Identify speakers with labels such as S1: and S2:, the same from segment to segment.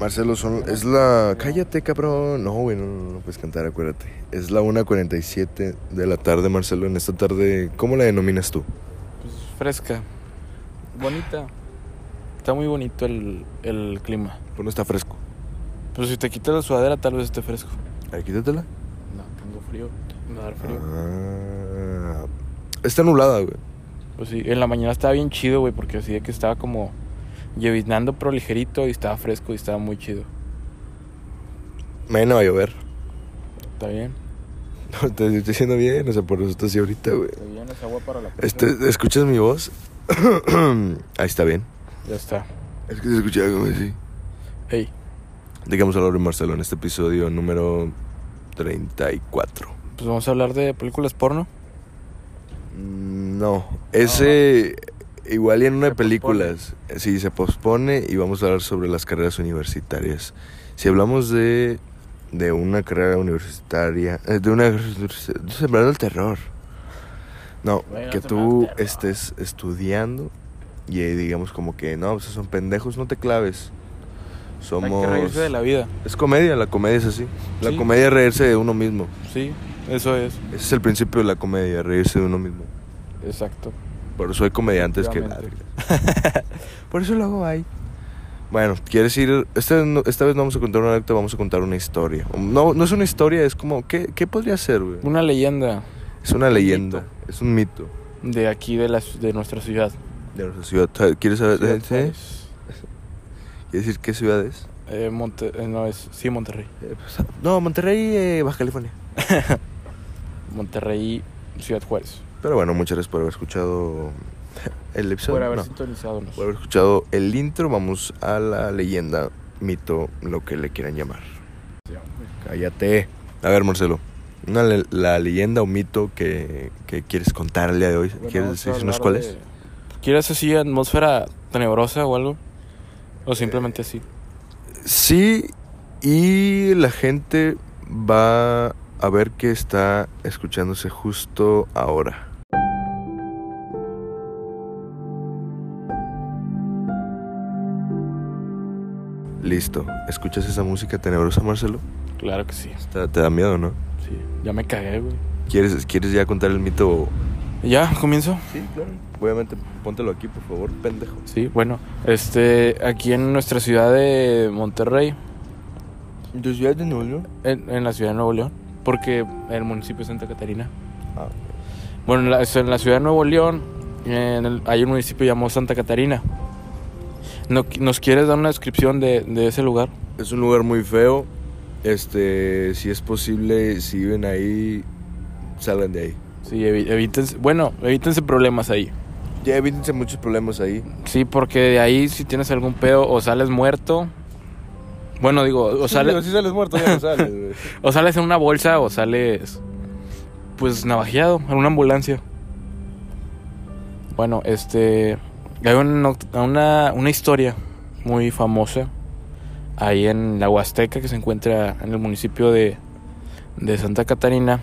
S1: Marcelo, son, es la... Cállate, cabrón. No, güey, no, no, no puedes cantar, acuérdate. Es la 1.47 de la tarde, Marcelo. En esta tarde, ¿cómo la denominas tú?
S2: Pues fresca. Bonita. Está muy bonito el, el clima.
S1: Pues no está fresco.
S2: Pero si te quitas la sudadera, tal vez esté fresco.
S1: Ahí, quítatela.
S2: No, tengo frío. Me va a dar frío.
S1: Ah, está nublada, güey.
S2: Pues sí, en la mañana estaba bien chido, güey, porque así de que estaba como lloviznando pero ligerito y estaba fresco y estaba muy chido.
S1: Mañana va a llover.
S2: ¿Está bien?
S1: No, te estoy diciendo bien, o sea, por eso estoy así ahorita, güey.
S2: ¿Está bien? Es agua para la
S1: Este, ¿Escuchas mi voz? Ahí está bien.
S2: Ya está.
S1: Es que se escuchaba como así.
S2: Hey,
S1: ¿De qué vamos a hablar hoy, Marcelo, en este episodio número 34?
S2: pues vamos a hablar de películas porno.
S1: Mm, No, ese igual y en una de
S2: Se pospone.
S1: películas, sí, se pospone y vamos a hablar sobre las carreras universitarias. Si hablamos de, de una carrera universitaria, eh, de una sembrando el terror. No,
S2: Bueno,
S1: que
S2: sembrando
S1: tú
S2: el terror.
S1: estés estudiando y eh, digamos como que no, pues son pendejos, no te claves.
S2: Hay
S1: Somos
S2: que reírse de la vida.
S1: es comedia, la comedia es así. La
S2: Sí.
S1: comedia es reírse de uno mismo.
S2: Sí, eso es.
S1: Ese es el principio de la comedia, reírse de uno mismo.
S2: Exacto.
S1: Por eso hay comediantes que...
S2: Efectivamente.
S1: Por eso lo hago ahí. Bueno, ¿quieres ir? Esta, no- esta vez no vamos a contar una anécdota, vamos a contar una historia. Um, No, no es una historia, es como... ¿Qué, qué podría ser, güey?
S2: Una leyenda
S1: Es una
S2: un
S1: leyenda, es un mito
S2: de aquí, de, la, de nuestra ciudad.
S1: de nuestra ciudad. ¿Quieres saber?
S2: Ciudad
S1: Eh, ¿sí?
S2: Juárez.
S1: ¿Quieres decir qué ciudad es?
S2: Eh, Monte- eh, no, es, sí, Monterrey.
S1: Eh, pues, no, Monterrey, eh, Baja California.
S2: Monterrey, Ciudad Juárez.
S1: Pero bueno, muchas gracias por haber escuchado el episodio.
S2: Por haber
S1: no.
S2: sintonizado. nos-
S1: Por haber escuchado el intro, vamos a la leyenda, mito, lo que le quieran llamar. Cállate. A ver, Marcelo. Una le- la leyenda o mito que, que quieres contar el día de hoy.
S2: Bueno,
S1: ¿Quieres
S2: vamos a
S1: decirnos
S2: hablar
S1: cuál
S2: de-
S1: es?
S2: ¿Quieres así atmósfera tenebrosa o algo? ¿O simplemente así?
S1: Sí, y la gente va a ver que está escuchándose justo ahora. Listo. ¿Escuchas esa música tenebrosa, Marcelo?
S2: Claro que sí.
S1: Te, te da miedo, ¿no?
S2: sí. Ya me cagué, güey.
S1: ¿Quieres, ¿Quieres ya contar el mito?
S2: ¿Ya? ¿Comienzo?
S1: Sí, claro. Obviamente, póntelo aquí, por favor, pendejo.
S2: Sí, bueno. Este, aquí en nuestra ciudad de Monterrey,
S1: ¿Tu ciudad de Nuevo León?
S2: en, en la ciudad de Nuevo León, porque el municipio de Santa Catarina.
S1: Ah,
S2: Bueno, en la, en la ciudad de Nuevo León en el- hay un municipio llamado Santa Catarina. No, ¿Nos quieres dar una descripción de, de ese lugar?
S1: Es un lugar muy feo. Este, si es posible, si viven ahí, salgan de ahí.
S2: Sí, evi- evítense, bueno, evítense problemas ahí.
S1: Ya evítense muchos problemas ahí.
S2: Sí, porque de ahí si tienes algún pedo o sales muerto, bueno, digo, o, sale-
S1: si sales muerto, ya no sales, güey.
S2: o sales en una bolsa o sales pues navajeado en una ambulancia. Bueno, este hay un noct- una, una historia muy famosa ahí en la Huasteca que se encuentra en el municipio de, de Santa Catarina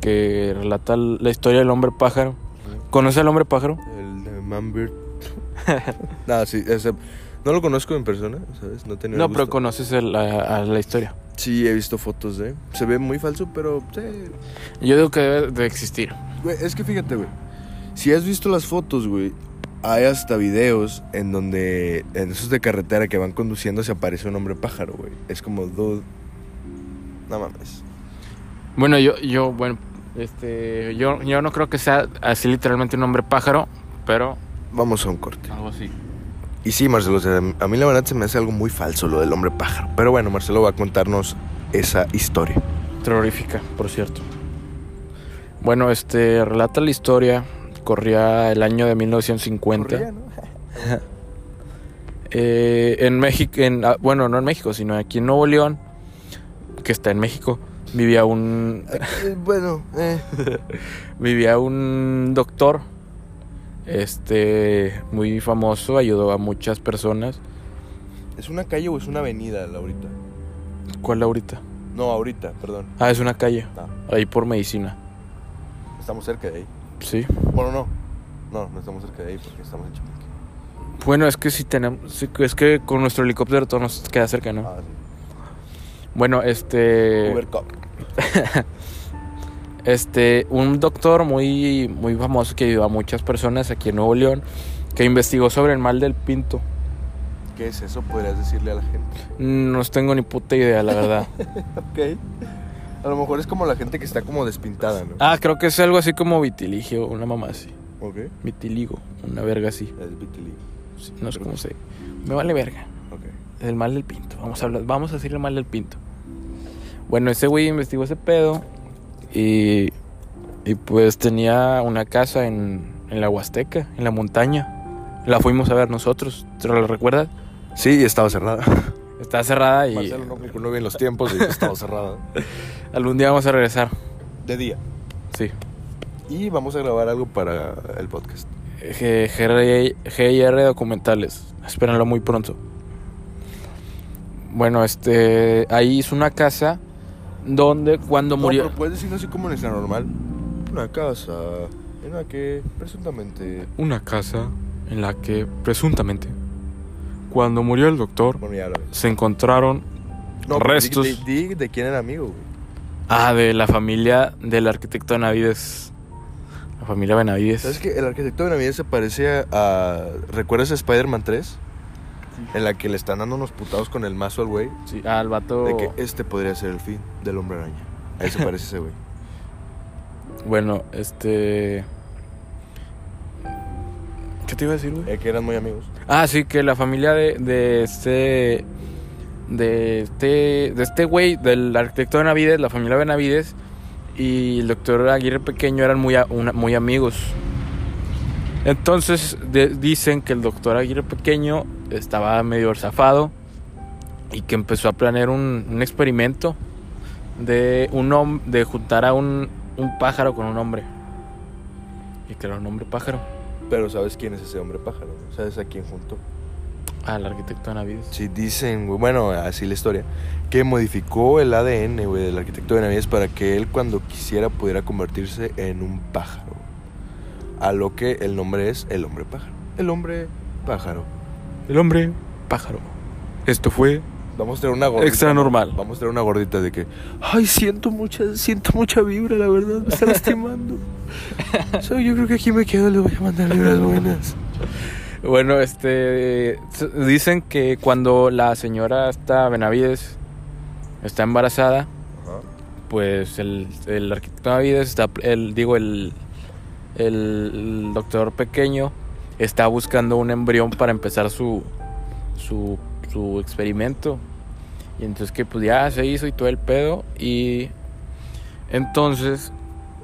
S2: que relata la historia del hombre pájaro. ¿Conoce al hombre pájaro?
S1: El de Mambird. no, sí, o sea, no lo conozco en persona, ¿sabes? No tenía
S2: No, pero conoces el- a- a la historia.
S1: Sí, he visto fotos de. Se ve muy falso, pero sí,
S2: Yo digo que debe de existir.
S1: Güey, es que fíjate, güey. Si has visto las fotos, güey, hay hasta videos en donde en esos de carretera que van conduciendo se aparece un hombre pájaro, güey. Es como dude. No mames.
S2: Bueno, yo, yo, bueno, este, yo, yo no creo que sea así literalmente un hombre pájaro, pero
S1: Vamos a un corte.
S2: algo así.
S1: Y sí, Marcelo, o sea, a mí la verdad se me hace algo muy falso lo del hombre pájaro. Pero bueno, Marcelo va a contarnos esa historia.
S2: Terrorífica, por cierto. Bueno, este, relata la historia. Corría el año de 1950.
S1: Corría, ¿no?
S2: Eh, en México, en, ah, bueno, no en México, sino aquí en Nuevo León, que está en México, vivía un,
S1: Eh, bueno, eh.
S2: vivía un doctor este muy famoso ayudó a muchas personas
S1: ¿Es una calle o es una avenida la ahorita?
S2: ¿cuál ahorita?
S1: No, ahorita, perdón.
S2: ah es una calle
S1: No,
S2: ahí por medicina
S1: estamos cerca de ahí.
S2: sí
S1: Bueno, no. No, no estamos cerca de ahí porque estamos en Chapultepec.
S2: Bueno, es que si tenemos. sí, Es que con nuestro helicóptero todo nos queda cerca, ¿no?
S1: Ah, sí.
S2: Bueno, este.
S1: Uber Cop.
S2: Este, un doctor muy, muy famoso que ayudó a muchas personas aquí en Nuevo León, que investigó sobre el mal del pinto.
S1: ¿Qué es eso? Podrías decirle a la gente.
S2: No tengo ni puta idea, la verdad.
S1: Ok. A lo mejor es como la gente que está como despintada, ¿no?
S2: Ah, creo que es algo así como vitiligio, una mamá así.
S1: Ok.
S2: Vitiligo, una verga así.
S1: Es vitiligo.
S2: Sí, No sé cómo se. Me vale verga.
S1: Ok.
S2: El mal del pinto. Vamos a hablar, vamos a decir el mal del pinto. Bueno, ese güey investigó ese pedo y, y pues tenía una casa en, en la Huasteca, en la montaña. La fuimos a ver nosotros, ¿te lo recuerdas?
S1: Sí, estaba cerrada.
S2: Está cerrada y
S1: Marcelo no calculó bien los tiempos y estaba cerrada.
S2: algún día vamos a regresar.
S1: De día.
S2: Sí.
S1: Y vamos a grabar algo para el podcast.
S2: G- GR GIR documentales. Espérenlo muy pronto. Bueno, este ahí hizo una casa donde cuando murió
S1: No, pero puedes decirlo así como en escena normal. Una casa en la que presuntamente.
S2: Una casa en la que, presuntamente, cuando murió el doctor,
S1: Bueno, ya lo ves.
S2: se encontraron...
S1: No, pero
S2: Restos.
S1: di- di- di de quién era amigo, güey.
S2: Ah, de la familia del arquitecto Benavides. La familia Benavides.
S1: ¿Sabes que el arquitecto de Navidad se parece a. a- ¿Recuerdas a Spider-Man 3? En la que le están dando unos putados con el mazo al güey.
S2: Sí, ah, el vato...
S1: De que este podría ser el fin del hombre araña. Ahí se parece ese güey.
S2: Bueno, este... ¿Qué te iba a decir, güey?
S1: Eh, que eran muy amigos.
S2: Ah, sí, que la familia de, de este... De este, de este güey, del arquitecto Benavides, la familia Benavides y el doctor Aguirre Pequeño eran muy, a- una- muy amigos. Entonces de- dicen que el doctor Aguirre Pequeño estaba medio zafado y que empezó a planear un, un experimento de, un hom- de juntar a un, un pájaro con un hombre. Y que era un hombre pájaro.
S1: Pero ¿sabes quién es ese hombre pájaro? ¿Sabes a quién juntó?
S2: Ah, el arquitecto Benavides.
S1: Sí, dicen, güey, bueno, así la historia, que modificó el ADN, güey, del arquitecto de Navidades para que él cuando quisiera pudiera convertirse en un pájaro. A lo que el nombre es el hombre pájaro. El hombre pájaro.
S2: El hombre pájaro. Esto fue
S1: Vamos a tener una gordita.
S2: extra normal.
S1: Vamos a tener una gordita de que, ay, siento mucha, siento mucha vibra, la verdad, me está lastimando. So, yo creo que aquí me quedo, le voy a mandar vibras buenas.
S2: Bueno, este. s- Dicen que cuando la señora está Benavides está embarazada, pues el, el arquitecto Benavides está. El, digo, el, el doctor pequeño está buscando un embrión para empezar su, su, su experimento. Y entonces, que pues ya se hizo y todo el pedo. Y entonces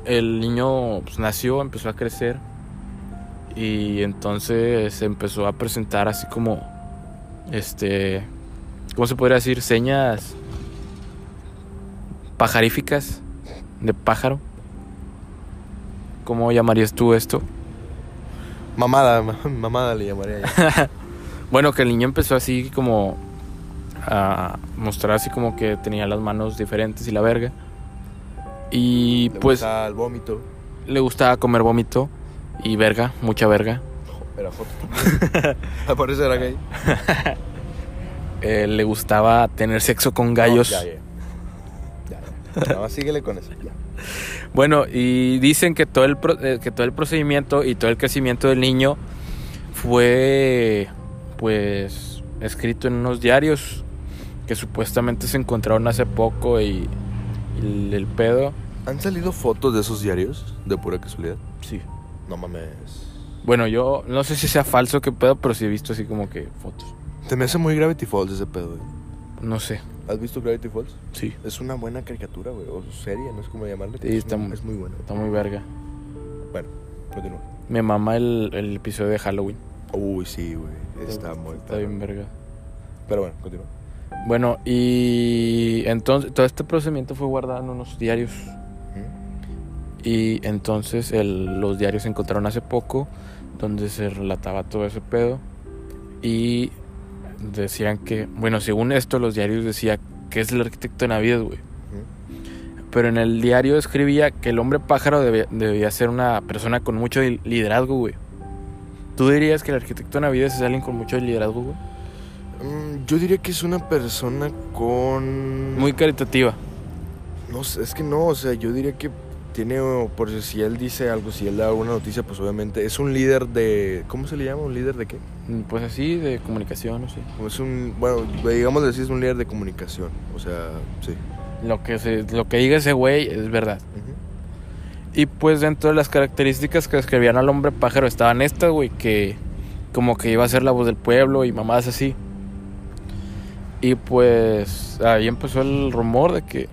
S2: el niño pues, nació, empezó a crecer. Y entonces empezó a presentar así como, este, ¿cómo se podría decir? Señas pajaríficas de pájaro. ¿Cómo llamarías tú esto?
S1: Mamada, ma- mamada le llamaría yo.
S2: Bueno, que el niño empezó así como a mostrar así como que tenía las manos diferentes y la verga. Y
S1: Le
S2: pues
S1: gustaba el vómito.
S2: le gustaba comer vómito y verga, mucha verga.
S1: Era joto. Aparece era gay.
S2: Eh, le gustaba tener sexo con gallos.
S1: No, ya, ya. Ya, ya. Nada más síguele con eso. ya.
S2: Bueno, y dicen que todo, el pro- eh, que todo el procedimiento y todo el crecimiento del niño fue, pues, escrito en unos diarios que supuestamente se encontraron hace poco y, y el, el pedo.
S1: ¿Han salido fotos de esos diarios de pura casualidad?
S2: Sí.
S1: No mames.
S2: Bueno, yo no sé si sea falso que pedo, pero sí he visto así como que fotos.
S1: Te me hace muy Gravity Falls ese pedo, güey.
S2: No sé,
S1: ¿Has visto Gravity Falls?
S2: sí.
S1: Es una buena caricatura, güey. O serie, no sé cómo llamarle.
S2: Sí,
S1: es
S2: está
S1: muy-
S2: muy-
S1: Es muy buena. güey.
S2: Está muy verga.
S1: Bueno, continúa.
S2: Me mama el, el episodio de Halloween.
S1: Uy, sí, güey. Está muy
S2: Está bien verga.
S1: Pero bueno, continúa.
S2: Bueno, y entonces todo este procedimiento fue guardado en unos diarios.
S1: ¿Mm?
S2: Y entonces el- los diarios se encontraron hace poco donde se relataba todo ese pedo. Y decían que, bueno, según esto los diarios decía que es el arquitecto de Navidad, güey.
S1: ¿Mm?
S2: Pero en el diario escribía que el hombre pájaro debe- debía ser una persona con mucho li- liderazgo, güey. ¿Tú dirías que el arquitecto navideño es alguien con mucho liderazgo, güey?
S1: Mm, Yo diría que es una persona con...
S2: Muy caritativa.
S1: No sé, es que no, o sea, yo diría que tiene, o, por si- si él dice algo, si él da alguna noticia, pues obviamente es un líder de... ¿Cómo se le llama? ¿Un líder de qué?
S2: Mm, Pues así, de comunicación, no sé.
S1: Es un... Bueno, digamos así, es un líder de comunicación. O sea, sí.
S2: Lo que, se, lo que diga ese güey es verdad.
S1: Ujú.
S2: Y pues dentro de las características que describían al hombre pájaro estaban estas, güey, que como que iba a ser la voz del pueblo y mamadas así. Y pues ahí empezó el rumor de que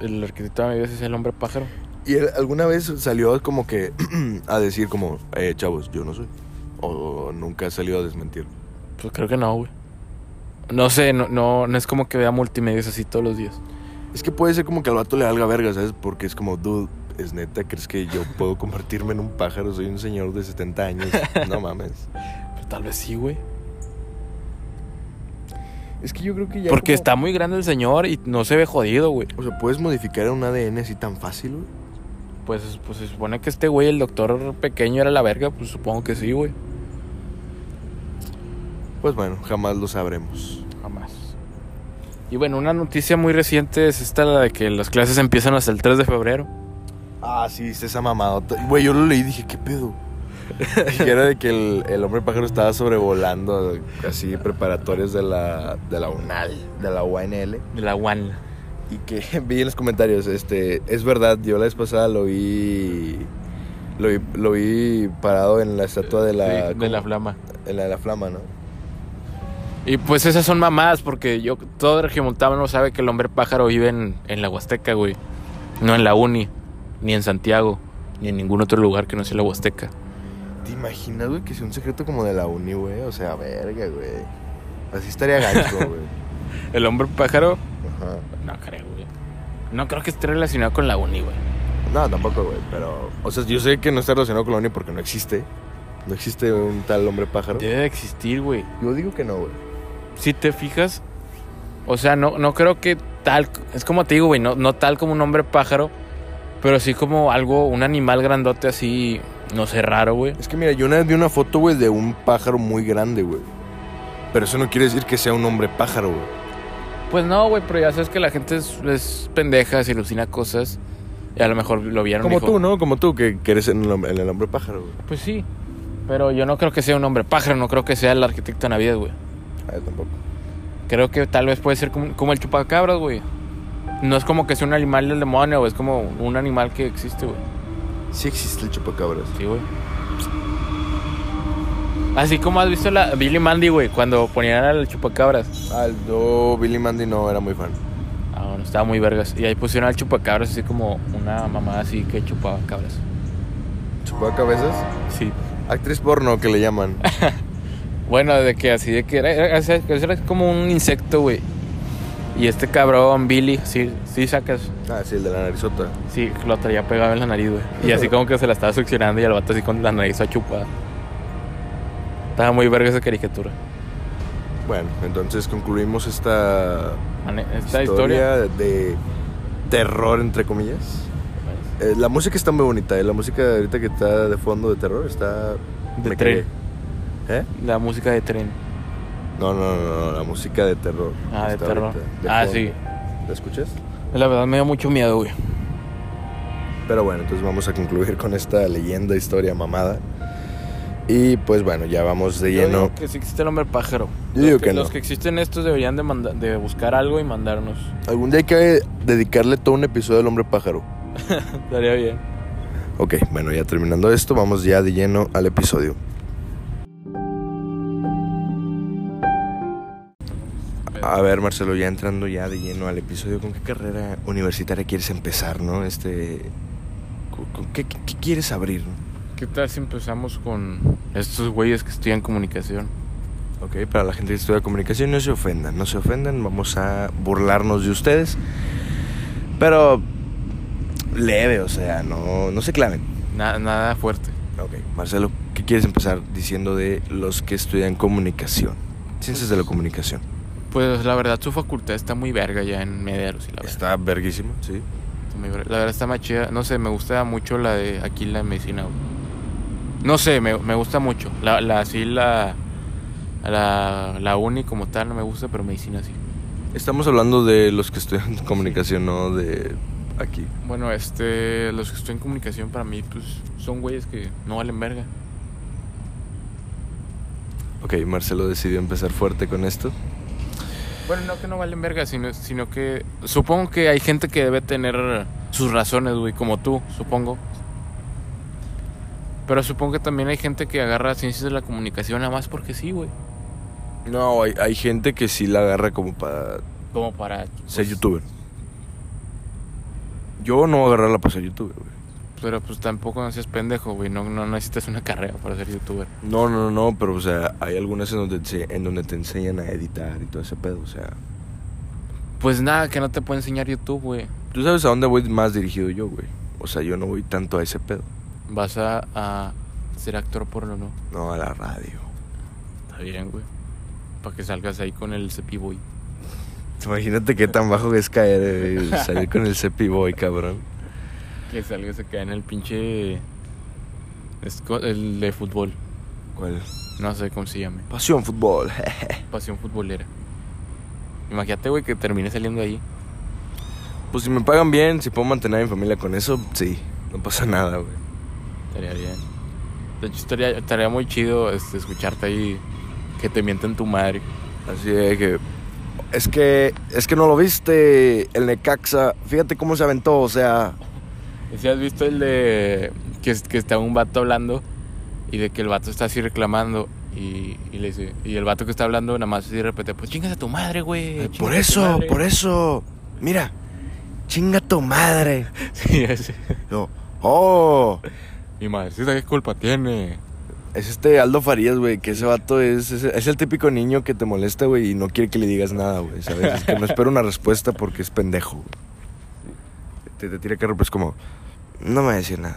S2: el arquitecto de es el hombre pájaro.
S1: Y él alguna vez salió como que a decir como, eh, chavos, yo no soy. O, o nunca ha salido a desmentir.
S2: Pues creo que no, güey. No sé, no, no, no es como que vea multimedios así todos los días.
S1: Es que puede ser como que al vato le valga verga, ¿sabes? Porque es como, dude, es neta, ¿crees que yo puedo convertirme en un pájaro? Soy un señor de 70 años. No mames.
S2: Pero tal vez sí, güey.
S1: Es que yo creo que ya...
S2: Porque
S1: como-
S2: está muy grande el señor y no se ve jodido, güey.
S1: O sea, ¿puedes modificar un ADN así tan fácil, güey?
S2: Pues, pues se supone que este güey, el doctor pequeño, era la verga. Pues supongo que sí, güey.
S1: Pues bueno, jamás lo sabremos.
S2: Jamás. Y bueno, una noticia muy reciente es esta la de que las clases empiezan hasta el 3 de febrero.
S1: Ah, sí, viste esa mamadota. Güey, yo lo leí y dije, ¿qué pedo? que era de que el, el hombre pájaro estaba sobrevolando así preparatorios de la, de la UNAL, de la UNL.
S2: De la UAN.
S1: Y que vi en los comentarios, este, es verdad, yo la vez pasada lo vi, lo vi, lo vi parado en la estatua de la,
S2: de, de la flama.
S1: en la de la flama, ¿no?
S2: Y pues esas son mamadas, porque yo, todo regiomontano sabe que el hombre pájaro vive en, en la Huasteca, güey. No en la Uni, ni en Santiago, ni en ningún otro lugar que no sea la Huasteca.
S1: ¿Te imaginas, güey, que sea un secreto como de la uni, güey? O sea, verga, güey. Así estaría gancho, güey.
S2: ¿El hombre pájaro?
S1: Ajá.
S2: No creo, güey. No creo que esté relacionado con la Uni, güey.
S1: No, tampoco, güey, pero... O sea, yo sé que no está relacionado con la uni porque no existe. No existe un tal hombre pájaro.
S2: Debe de existir, güey.
S1: Yo digo que no, güey.
S2: si te fijas, o sea, no, no creo que tal, es como te digo, güey, no, no tal como un hombre pájaro, pero sí como algo, un animal grandote así, no sé, raro, güey.
S1: Es que mira, yo una vez vi una foto, güey, de un pájaro muy grande, güey. Pero eso no quiere decir que sea un hombre pájaro, güey.
S2: Pues no, güey, pero ya sabes que la gente es, es pendeja, se alucina cosas, y a lo mejor lo vieron. y
S1: Como
S2: dijo,
S1: tú, ¿no? Como tú, que, que eres en el, hom- en el hombre pájaro, güey.
S2: Pues sí, pero yo no creo que sea un hombre pájaro, no creo que sea el arquitecto Navidad, güey.
S1: Ah, yo tampoco.
S2: Creo que tal vez puede ser como, como el chupacabras, güey. No es como que sea un animal del demonio, güey, es como un animal que existe, güey.
S1: Sí existe el chupacabras.
S2: Sí, güey. Así como has visto la Billy Mandy, güey, cuando ponían al chupacabras.
S1: Aldo, Ah, Billy Mandy no era muy fan.
S2: Ah, bueno, estaba muy vergas. Y ahí pusieron al chupacabras así como una mamada así que chupaba cabras.
S1: ¿Chupacabezas?
S2: Sí.
S1: Actriz porno que le llaman.
S2: Bueno, de que así de que era, era- era- era como un insecto, güey. Y este cabrón, Billy, sí, sí sacas.
S1: ah, sí, el de la narizota.
S2: Sí, lo traía pegado en la nariz, güey. Y así como que se la estaba succionando y al vato así con la nariz toda chupada. Estaba muy verga esa caricatura.
S1: Bueno, entonces concluimos esta,
S2: Ane- Esta historia.
S1: de terror, entre comillas.
S2: pues,
S1: Eh, la música está muy bonita, eh, la música ahorita que está de fondo de terror está...
S2: De
S1: me
S2: tren.
S1: cagué. ¿Eh?
S2: La música de tren.
S1: No, no, no, no, la música de terror.
S2: Ah, de
S1: Está
S2: terror.
S1: ahorita, de
S2: ah,
S1: fondo.
S2: sí.
S1: ¿La escuchas?
S2: La verdad me dio mucho miedo, güey.
S1: Pero bueno, entonces vamos a concluir con esta leyenda, historia mamada. Y pues bueno, ya vamos de
S2: Yo
S1: lleno.
S2: digo que sí existe el hombre pájaro.
S1: Yo
S2: los
S1: digo que
S2: los
S1: no.
S2: que existen estos deberían de, manda- de buscar algo y mandarnos.
S1: Algún día hay que dedicarle todo un episodio al hombre pájaro.
S2: Estaría bien.
S1: Ok, bueno, ya terminando esto, vamos ya de lleno al episodio. A ver, Marcelo, ya entrando ya de lleno al episodio, ¿con qué carrera universitaria quieres empezar, no? Este, ¿con- con ¿qué, qué- qué quieres abrir? no?
S2: ¿Qué tal si empezamos con estos güeyes que estudian comunicación?
S1: Ok, para la gente que estudia comunicación, no se ofendan, no se ofendan, vamos a burlarnos de ustedes, pero leve, o sea, no, no se claven.
S2: Na- nada fuerte.
S1: Ok, Marcelo, ¿qué quieres empezar diciendo de los que estudian comunicación? Ciencias de la comunicación.
S2: Pues la verdad su facultad está muy verga ya en Mederos y la verdad.
S1: Ah, Está verguísimo, sí.
S2: está muy verga. La verdad está más chida. No sé, me gusta mucho la de aquí la de medicina, güey. No sé, me, me gusta mucho. La, la, sí, la, la, la uni como tal no me gusta, pero medicina sí.
S1: Estamos hablando de los que estudian comunicación, no de aquí.
S2: Bueno, este, los que estoy en comunicación para mí, pues son güeyes que no valen verga.
S1: Ok, Marcelo decidió empezar fuerte con esto.
S2: Bueno, no que no valen verga, sino, sino que supongo que hay gente que debe tener sus razones, güey, como tú, supongo. Pero supongo que también hay gente que agarra ciencias de la comunicación nada más porque sí, güey.
S1: No, hay, hay gente que sí la agarra como para
S2: Como para
S1: ser
S2: pues,
S1: youtuber. Yo no voy a agarrarla para ser youtuber, güey.
S2: Pero pues tampoco no seas pendejo, güey. No, no necesitas una carrera para ser youtuber.
S1: No, no, no, no, pero o sea, hay algunas en donde, te, en donde te enseñan a editar y todo ese pedo, o sea.
S2: Pues nada, que no te puede enseñar YouTube, güey.
S1: Tú sabes a dónde voy más dirigido yo, güey. O sea, yo no voy tanto a ese pedo.
S2: Vas a, a ser actor porno, ¿no?
S1: No, a la radio.
S2: Está bien, güey. Para que salgas ahí con el cepiboy.
S1: Imagínate qué tan bajo es caer, güey, salir con el cepi boy, cabrón.
S2: Que salgas acá en el pinche... es co- El de fútbol.
S1: ¿Cuál?
S2: No sé cómo se llame.
S1: Pasión fútbol.
S2: Pasión futbolera. Imagínate, güey, que termine saliendo ahí.
S1: Pues si me pagan bien, si puedo mantener a mi familia con eso, sí, no pasa nada, güey.
S2: Estaría bien. De hecho, estaría, estaría muy chido este, escucharte ahí que te mienten tu madre.
S1: Así de que es que es que no lo viste el Necaxa, fíjate cómo se aventó, o sea,
S2: Si has visto el de que, es- que está un vato hablando y de que el vato está así reclamando y, y le dice, y el vato que está hablando nada más así de repente, pues chingas a tu madre, güey.
S1: por eso, por eso. Mira, chinga tu madre.
S2: Sí, ese.
S1: Yo, oh,
S2: Mi madrecita, ¿qué culpa tiene?
S1: es este Aldo Farías, güey, que ese vato es, es, es el típico niño que te molesta, güey, y no quiere que le digas nada, güey, ¿sabes? Es que no espera una respuesta porque es pendejo. güey. Te, te tira carro, pues como, no me va a decir nada.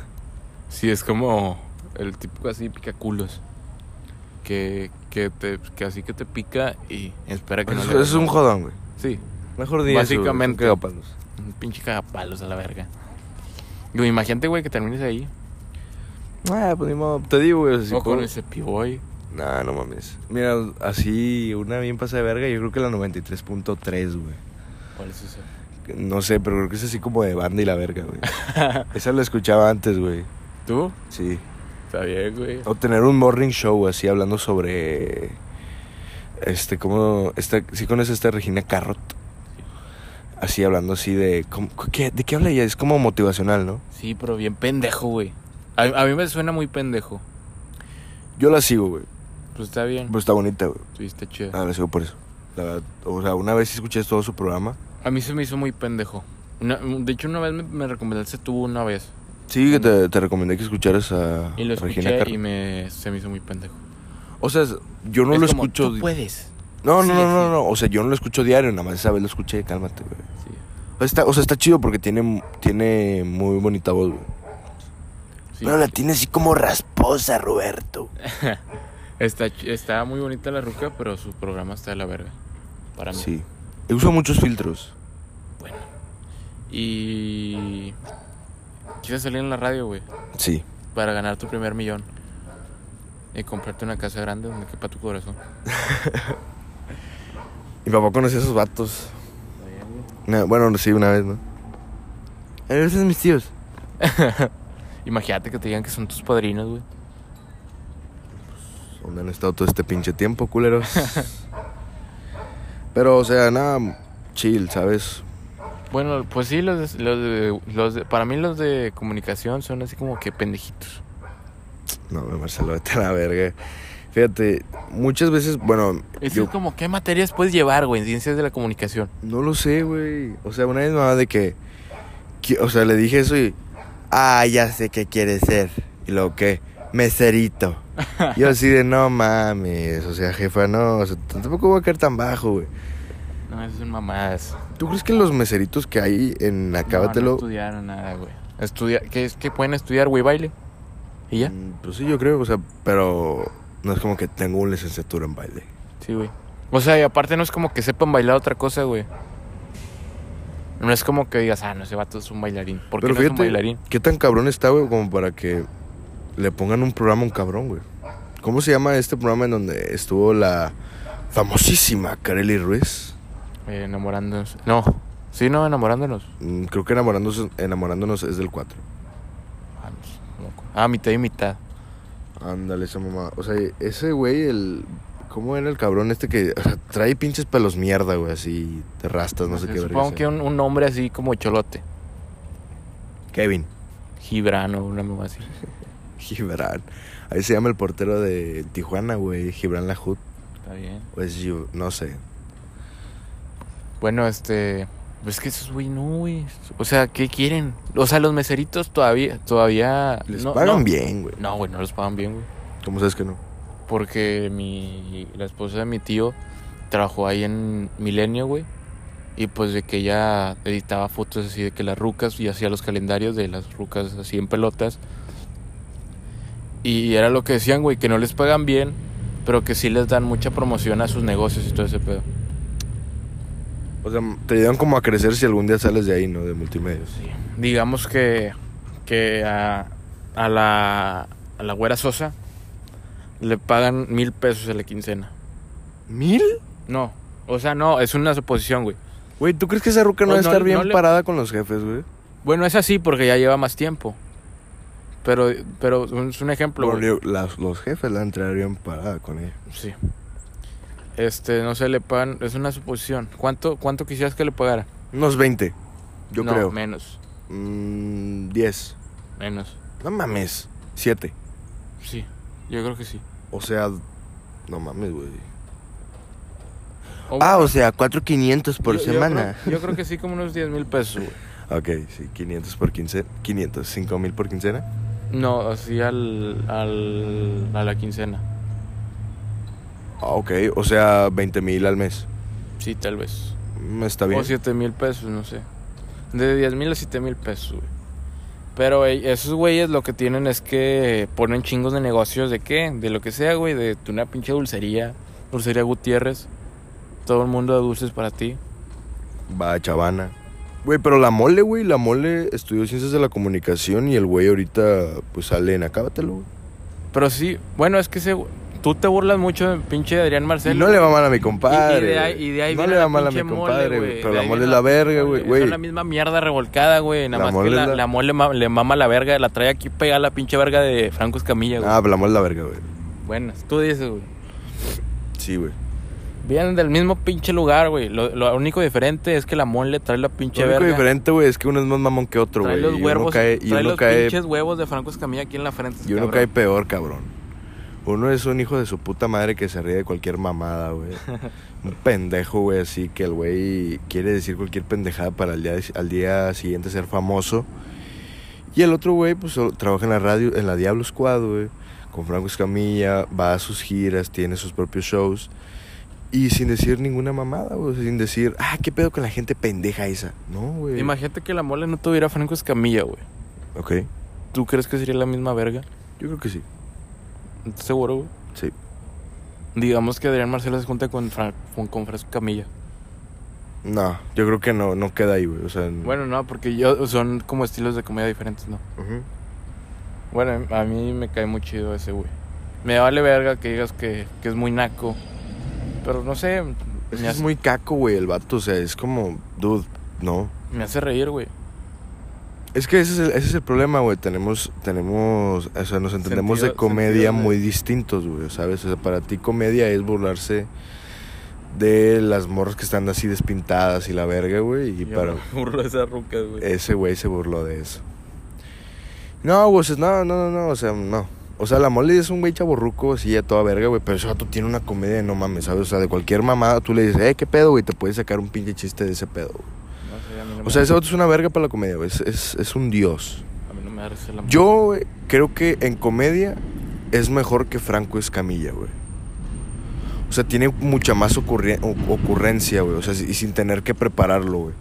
S2: Sí, es como el típico así picaculos. Que, que, te, que así que te pica y espera que no
S1: Es,
S2: le hagas
S1: es un
S2: nada.
S1: jodón, güey.
S2: Sí,
S1: Mejor día.
S2: Básicamente.
S1: cagapalos.
S2: Un pinche cagapalos a la verga. Digo, imagínate, güey, que termines ahí.
S1: Ah, pues ni modo. Te digo, güey. o sea, si
S2: o con
S1: puedo-
S2: ese piboy.
S1: Nah, no mames. Mira, así una bien pasada de verga, yo creo que la 93.3, güey.
S2: ¿Cuál es eso?
S1: No sé, pero creo que es así como de banda y la verga, güey. Esa la escuchaba antes, güey.
S2: ¿Tú?
S1: Sí.
S2: Está bien, güey.
S1: O tener un morning show así hablando sobre. Este, cómo. Esta, sí conoces esta Regina Carrot. Así hablando así de. ¿cómo- qué- ¿De qué habla ella? Es como motivacional, ¿no?
S2: Sí, pero bien pendejo, güey. A, a mí me suena muy pendejo.
S1: Yo la sigo, güey.
S2: Pues está bien.
S1: Pero está bonita, güey.
S2: Tuviste chido.
S1: Ah, la sigo por eso. La verdad, o sea, una vez sí escuché todo su programa.
S2: A mí se me hizo muy pendejo. Una- de hecho, una vez me, me recomendaste tú una vez.
S1: Sí, que te, te recomendé que escucharas a
S2: Y lo
S1: Regina
S2: escuché
S1: Carrot.
S2: y me, se me hizo muy pendejo.
S1: O sea, yo no
S2: Es
S1: lo
S2: como,
S1: escucho.
S2: Tú
S1: di-
S2: puedes.
S1: No, no,
S2: Sí,
S1: no, no,
S2: sí.
S1: no. O sea, yo no lo escucho diario, nada más esa vez lo escuché, cálmate, güey.
S2: Sí.
S1: Está, o sea, está chido porque tiene, tiene muy bonita voz, güey.
S2: Sí. Ah,
S1: Pero la tiene así como rasposa, Roberto.
S2: Está, ch- está muy bonita la ruca, pero su programa está de la verga. Para mí.
S1: Sí. Y usa muchos filtros.
S2: Bueno. Y. Quise salir en la radio, güey.
S1: Sí.
S2: Para ganar tu primer millón. Y comprarte una casa grande donde quepa tu corazón.
S1: Mi papá conocía a esos vatos. Una- bueno, sí, una vez, ¿no? A veces mis tíos.
S2: Imagínate que te digan que son tus padrinos, güey.
S1: ¿Dónde han estado todo este pinche tiempo, culeros? Pero, o sea, nada, chill, ¿sabes?
S2: Bueno, pues sí, los de- los de- los de- para mí los de comunicación son así como que pendejitos.
S1: No, Marcelo, vete a la verga. Fíjate, muchas veces, bueno,
S2: Es
S1: yo
S2: como, ¿qué materias puedes llevar, güey, en ciencias de la comunicación?
S1: no lo sé, güey. O sea, una vez me hablaba de que, que- o sea, le dije eso y, ah, ya sé qué quiere ser. Y luego, ¿qué? Meserito. Yo así de, no mames, o sea, jefa, no, o sea, t- tampoco voy a caer tan bajo, güey.
S2: No, esas son mamadas.
S1: ¿Tú crees que los meseritos que hay en
S2: No, no
S1: Acábatelo?
S2: estudiaron nada, güey. Estudia, ¿qué, es- ¿Qué pueden estudiar, güey? Baile. ¿Y ya?
S1: Mm, Pues sí, yo creo, o sea, pero no es como que tengo una licenciatura en baile.
S2: Sí, güey. O sea, y aparte no es como que sepan bailar otra cosa, güey. No es como que digas, ah, no, ese vato es un bailarín. ¿Por qué
S1: Pero
S2: no es un
S1: fíjate,
S2: bailarín?
S1: ¿qué tan cabrón está, güey? Como para que le pongan un programa a un cabrón, güey. ¿Cómo se llama este programa en donde estuvo la famosísima Kareli Ruiz?
S2: Eh, enamorándonos. No, sí, no, enamorándonos.
S1: Mm, Creo que enamorándonos, enamorándonos es del 4.
S2: Ah, no sé, no me acuerdo. Ah, mitad y mitad.
S1: Ándale, esa mamá. O sea, ese güey, el. ¿Cómo era el cabrón este que o sea, trae pinches pelos mierda, güey? Así, te rastas, no sé qué. verga
S2: Supongo
S1: sea.
S2: que un, un nombre así como cholote.
S1: Kevin.
S2: Gibran o una mamá así.
S1: Gibran. Ahí se llama el portero de Tijuana, güey. Gibran Lajut.
S2: Está bien.
S1: O es Gib- no sé.
S2: Bueno, este. Pues que esos, güey, no, güey. O sea, ¿qué quieren? O sea, los meseritos todavía. todavía
S1: Les
S2: no-
S1: pagan
S2: no.
S1: bien, güey.
S2: No, güey, no los pagan bien, güey.
S1: ¿Cómo sabes que no?
S2: Porque mi, la esposa de mi tío trabajó ahí en Milenio, güey. Y pues de que ella editaba fotos así de que las rucas y hacía los calendarios de las rucas así en pelotas. Y era lo que decían, güey, que no les pagan bien, pero que sí les dan mucha promoción a sus negocios y todo ese pedo.
S1: O sea, te ayudan como a crecer si algún día sales de ahí, ¿no? De multimedios.
S2: Digamos que, que a, a la, a la güera Sosa le pagan mil pesos a la quincena.
S1: ¿Mil?
S2: No, o sea, no, es una suposición, güey.
S1: Güey, ¿tú crees que esa ruca no va a
S2: Pues no-
S1: estar bien
S2: no le-
S1: parada con los jefes, güey?
S2: Bueno, es así porque ya lleva más tiempo. Pero, pero es un ejemplo.
S1: Bueno,
S2: güey.
S1: digo, las- los jefes la entrarían bien parada con ella.
S2: Sí. Este, no se le pagan, es una suposición. ¿Cuánto, cuánto quisieras que le pagara?
S1: Unos 20, yo
S2: no,
S1: creo.
S2: menos,
S1: Mm, 10.
S2: menos.
S1: No mames. 7.
S2: Sí, yo creo que sí.
S1: O sea, no mames, güey.
S2: O-
S1: Ah, o sea, 4,500 por
S2: Oh. yo- yo
S1: semana.
S2: creo- Yo creo, que sí, como unos 10 mil pesos, güey.
S1: Ok, sí, 500 por quincena. 500, 5000 por quincena.
S2: No, así al, al, a la quincena.
S1: Ah, ok, o sea, 20,000 al mes.
S2: Sí, tal vez.
S1: Mm, Está bien.
S2: O 7 mil pesos, no sé. De 10 mil a 7 mil pesos, güey. Pero ey, esos güeyes lo que tienen es que ponen chingos de negocios de qué? De lo que sea, güey. De tu- una pinche dulcería. Dulcería Gutiérrez. Todo el mundo de dulces para ti.
S1: Va a Chavana. Güey, pero la mole, güey, la mole estudió ciencias de la comunicación y el güey ahorita, pues sale en Acábatelo, güey.
S2: Pero sí, bueno, es que ese güey- tú te burlas mucho de pinche Adrián
S1: Y
S2: Marcelo.
S1: no le va mal a mi compadre.
S2: Y- y de ahí-
S1: güey.
S2: y de ahí
S1: no
S2: viene
S1: le va
S2: la
S1: mal a mi
S2: pinche mole,
S1: compadre,
S2: güey.
S1: güey. Pero
S2: De
S1: la
S2: ahí
S1: mole es
S2: viene
S1: la verga, güey.
S2: Son
S1: Güey,
S2: la misma mierda revolcada, güey. Nada
S1: La
S2: más que
S1: mole
S2: la,
S1: es la-
S2: la mole ma- le mama la verga. La trae aquí pegada a la pinche verga de Franco Escamilla, güey.
S1: Ah, pero la mole es la verga, güey.
S2: Buenas, tú dices, güey.
S1: Sí, güey.
S2: Vienen del mismo pinche lugar, güey. Lo, lo único diferente es que la mole trae la pinche
S1: Lo único
S2: verga.
S1: diferente, güey, es que uno es más mamón que otro,
S2: trae
S1: güey.
S2: los
S1: y
S2: huevos,
S1: uno cae, y
S2: trae
S1: uno
S2: los
S1: cae,
S2: pinches huevos de Franco Escamilla aquí en la frente.
S1: y uno
S2: cabrón.
S1: cae peor, cabrón. Uno es un hijo de su puta madre que se ríe de cualquier mamada, güey. un pendejo, güey, así que el güey quiere decir cualquier pendejada para al día, al día siguiente ser famoso. Y el otro güey, pues solo- trabaja en la radio, en la Diablo Squad, güey. Con Franco Escamilla, va a sus giras, tiene sus propios shows. Y sin decir ninguna mamada, güey. Sin decir, ah, ¿qué pedo con la gente pendeja esa? No, güey.
S2: Imagínate que la mole no tuviera Franco Escamilla, güey.
S1: Ok,
S2: ¿Tú crees que sería la misma verga?
S1: yo creo que sí.
S2: ¿Estás seguro, güey?
S1: Sí.
S2: Digamos que Adrián Marcelo se junta con, Fran- con, con Franco Escamilla.
S1: No, yo creo que no, no queda ahí, güey. O sea, n-
S2: Bueno, no, porque yo, son como estilos de comida diferentes, ¿no?
S1: ujú.
S2: Bueno, a mí me cae muy chido ese, güey. Me vale verga que digas que, que es muy naco. Pero no sé.
S1: Es,
S2: me
S1: que es
S2: hace-
S1: muy caco, güey, el vato. O sea, es como, dude, no.
S2: Me hace reír, güey.
S1: Es que ese es el, ese es el problema, güey. Tenemos, tenemos, o sea, nos entendemos de
S2: Sentido-
S1: comedia
S2: sentido de-
S1: muy distintos, güey, ¿sabes? O sea, para ti comedia es burlarse de las morras que están así despintadas y la verga, güey. Y
S2: Yo
S1: para Eh,
S2: me burlo de esas rucas, güey.
S1: ese güey se burló de eso. No, güey, o sea, no, no, no, no, o sea, no. O sea, la mole es un güey chaborruco, así a toda verga, güey. Pero ese vato tiene una comedia de no mames, ¿sabes? O sea, de cualquier mamada tú le dices, eh, qué pedo, güey, te puedes sacar un pinche chiste de ese pedo, güey.
S2: No sé, a mí no me
S1: O sea, ese
S2: da-
S1: vato es una verga para la comedia, güey. Es, es, es un dios.
S2: A mí no me da risa la
S1: Yo güey, creo que en comedia es mejor que Franco Escamilla, güey. O sea, tiene mucha más ocurri- o- ocurrencia, güey. O sea, y sin tener que prepararlo, güey.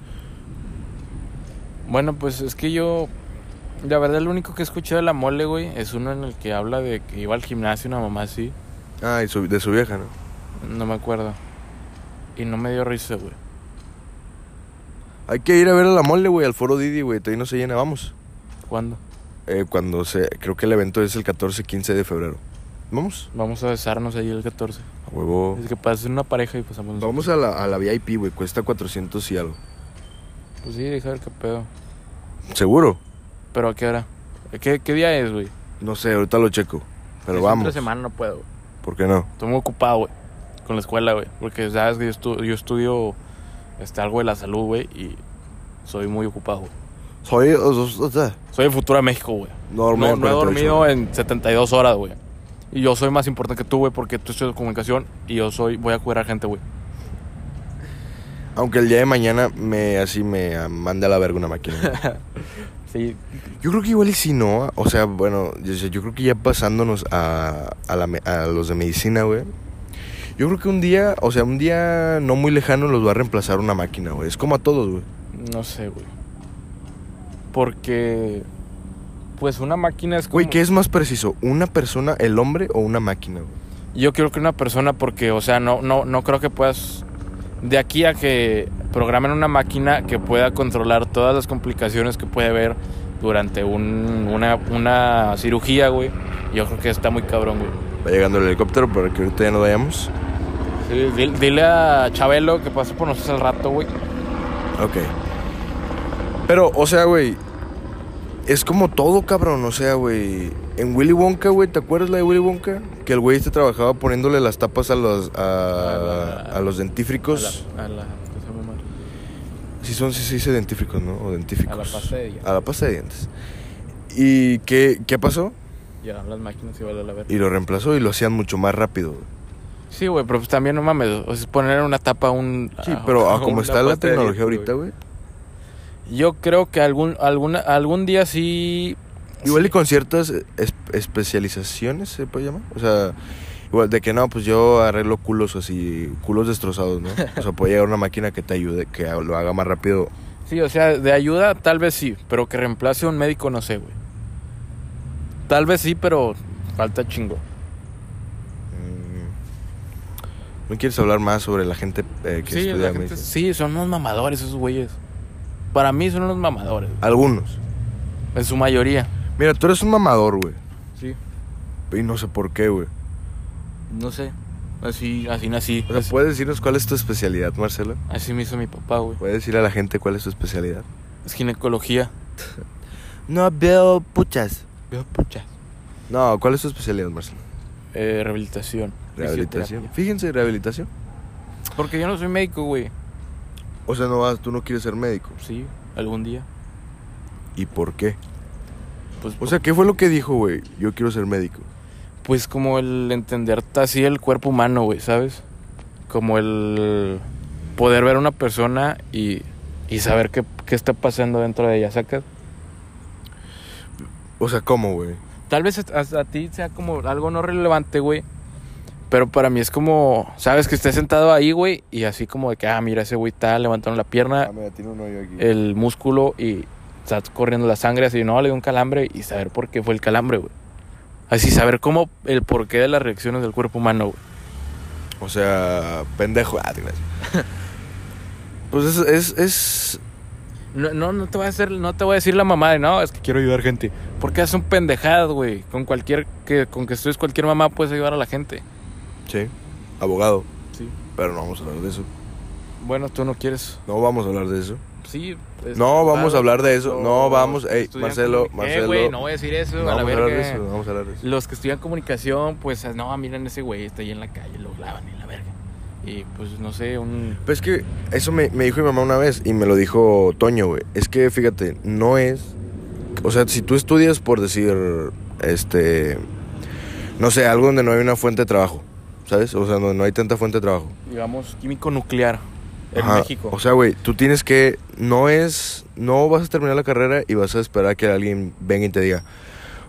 S2: Bueno, pues es que yo. La verdad, lo único que he escuchado de la mole, güey, es uno en el que habla de que iba al gimnasio una mamá así.
S1: Ah, y su- de su vieja, ¿no?
S2: No me acuerdo. Y no me dio risa, güey.
S1: Hay que ir a ver a la mole, güey, al foro Didi, güey. Todavía no se llena, vamos.
S2: ¿Cuándo?
S1: eh, cuando se. Creo que el evento es el 14-15 de febrero. Vamos.
S2: Vamos a besarnos ahí el 14.
S1: A huevo.
S2: Es que pasen una pareja y pasamos. nosotros.
S1: Oh. Vamos a la, a la VIP, güey. Cuesta 400 y algo.
S2: Pues sí, deja ver qué pedo.
S1: ¿Seguro?
S2: Pero a qué hora? ¿Qué, qué día es, güey?
S1: No sé, ahorita lo checo. Pero vamos.
S2: Esta semana no puedo. güey.
S1: ¿Por qué no?
S2: Estoy muy ocupado, güey. Con la escuela, güey. Porque sabes que yo, estu- yo estudio este, algo de la salud, güey. Y soy muy ocupado, güey.
S1: Soy. Normal.
S2: Soy de Futura México, güey. No, no he dormido en 72 horas, güey. Y yo soy más importante que tú, güey, porque tú estudias comunicación y yo soy, voy a cuidar a gente, güey.
S1: Aunque el día de mañana me así me ah, mande a la verga una máquina. güey.
S2: Sí,
S1: yo creo que igual y si no, o sea, bueno, yo, sé, yo creo que ya pasándonos a, a, la me- a los de medicina, güey. Yo creo que un día, o sea, un día no muy lejano los va a reemplazar una máquina, güey. Es como a todos, güey.
S2: no sé, güey. Porque, pues una máquina es como...
S1: Güey, ¿qué es más preciso? ¿Una persona, el hombre o una máquina, güey?
S2: Yo creo que una persona, porque, o sea, no, no, no creo que puedas. De aquí a que programen una máquina que pueda controlar todas las complicaciones que puede haber durante un- una, una cirugía, güey. Yo creo que está muy cabrón, güey.
S1: Va llegando el helicóptero para que ahorita ya no vayamos.
S2: Sí, dil- dile, a Chabelo que pasó por nosotros al rato, güey.
S1: Ok. Pero, o sea, güey. Es como todo, cabrón. O sea, güey. En Willy Wonka, güey, ¿te acuerdas la de Willy Wonka? Que el güey este trabajaba poniéndole las tapas a los, a,
S2: A la-
S1: a los dentífricos.
S2: A la, a la, ¿cómo se llama, madre?
S1: Sí, son, sí se dice dentífricos, ¿no? O dentíficos.
S2: A la pasta de dientes.
S1: A la pasta de dientes. ¿Y qué, qué pasó?
S2: Ya, las máquinas iban a la verga.
S1: Y lo reemplazó y lo hacían mucho más rápido. güey.
S2: Sí, güey, pero pues también no mames. O sea, poner una tapa a un.
S1: Sí, pero a como
S2: Ah, una
S1: está la
S2: pasta de
S1: tecnología
S2: dientes,
S1: ahorita, güey.
S2: Yo creo que algún, alguna, algún día sí.
S1: Igual y con ciertas es- especializaciones se puede llamar. O sea, igual de que no, pues yo arreglo culos así, culos destrozados, ¿no? O sea, puede llegar una máquina que te ayude, que lo haga más rápido.
S2: Sí, o sea, de ayuda tal vez sí, pero que reemplace a un médico no sé, güey. Tal vez sí, pero falta chingo.
S1: Mm. ¿No quieres hablar más sobre la gente eh, que
S2: Sí,
S1: estudia
S2: la gente-
S1: medicina?
S2: sí, son unos mamadores esos güeyes. Para mí son unos mamadores, güey,
S1: Algunos.
S2: en su mayoría.
S1: Mira, tú eres un mamador, güey.
S2: Sí.
S1: Y no sé por qué, güey.
S2: No sé. Así, pues, así nací.
S1: O sea,
S2: así,
S1: ¿puedes decirnos cuál es tu especialidad, Marcelo?
S2: así me hizo mi papá, güey.
S1: ¿Puedes decir a la gente cuál es tu especialidad?
S2: Es ginecología.
S1: No veo puchas.
S2: Veo pucha.
S1: No, ¿cuál es tu especialidad, Marcelo?
S2: Eh, rehabilitación.
S1: Rehabilitación.
S2: fisioterapia.
S1: Fíjense, rehabilitación.
S2: Porque yo no soy médico, güey.
S1: O sea, no vas, tú no quieres ser médico.
S2: Sí, algún día.
S1: ¿Y por qué?
S2: Pues,
S1: O sea, ¿qué fue lo que dijo, güey? Yo quiero ser médico.
S2: Pues como el entender así el cuerpo humano, güey, ¿sabes? Como el poder ver a una persona y, y saber qué, qué está pasando dentro de ella, ¿sacas?
S1: O sea, ¿cómo, güey?
S2: Tal vez a, a ti sea como algo no relevante, güey. Pero para mí es como, ¿sabes? Que estés sentado ahí, güey, y así como de que, ah, mira, ese güey está levantando la pierna,
S1: Ah, mira, tiene un hoyo aquí.
S2: Ah, el músculo y está corriendo la sangre, así, no, le dio un calambre y saber por qué fue el calambre, güey. Así, saber cómo, el porqué de las reacciones del cuerpo humano, güey.
S1: O sea, pendejo. Ah, gracias. pues es, es, es...
S2: No, no, no te voy a hacer, no te voy a decir la mamá de no, es que quiero ayudar gente. Porque es un pendejado, güey. Con cualquier que, con que estudies cualquier mamá puedes ayudar a la gente.
S1: Sí, abogado.
S2: Sí.
S1: Pero no vamos a hablar de eso.
S2: Bueno, tú no quieres.
S1: No vamos a hablar de eso.
S2: Sí. es-
S1: No vamos a hablar de eso.
S2: Los-
S1: No vamos... Ey,
S2: estudian
S1: Marcelo,
S2: comuni- Eh,
S1: Marcelo.
S2: güey, no voy a decir eso.
S1: no
S2: a la
S1: vamos a hablar de
S2: verga.
S1: eso, no vamos a hablar de eso.
S2: Los que estudian comunicación, pues no, miren ese güey, está ahí en la calle, lo clavan y la verga. Y pues no sé, un.
S1: Pues es que eso me, me dijo mi mamá una vez y me lo dijo Toño, güey. Es que fíjate, no es. O sea, si tú estudias por decir, este. No sé, algo donde no hay una fuente de trabajo, ¿sabes? O sea, donde no hay tanta fuente de trabajo.
S2: digamos, químico nuclear en
S1: Ajá.
S2: México.
S1: O sea, güey, tú tienes que. No es. No vas a terminar la carrera y vas a esperar a que alguien venga y te diga: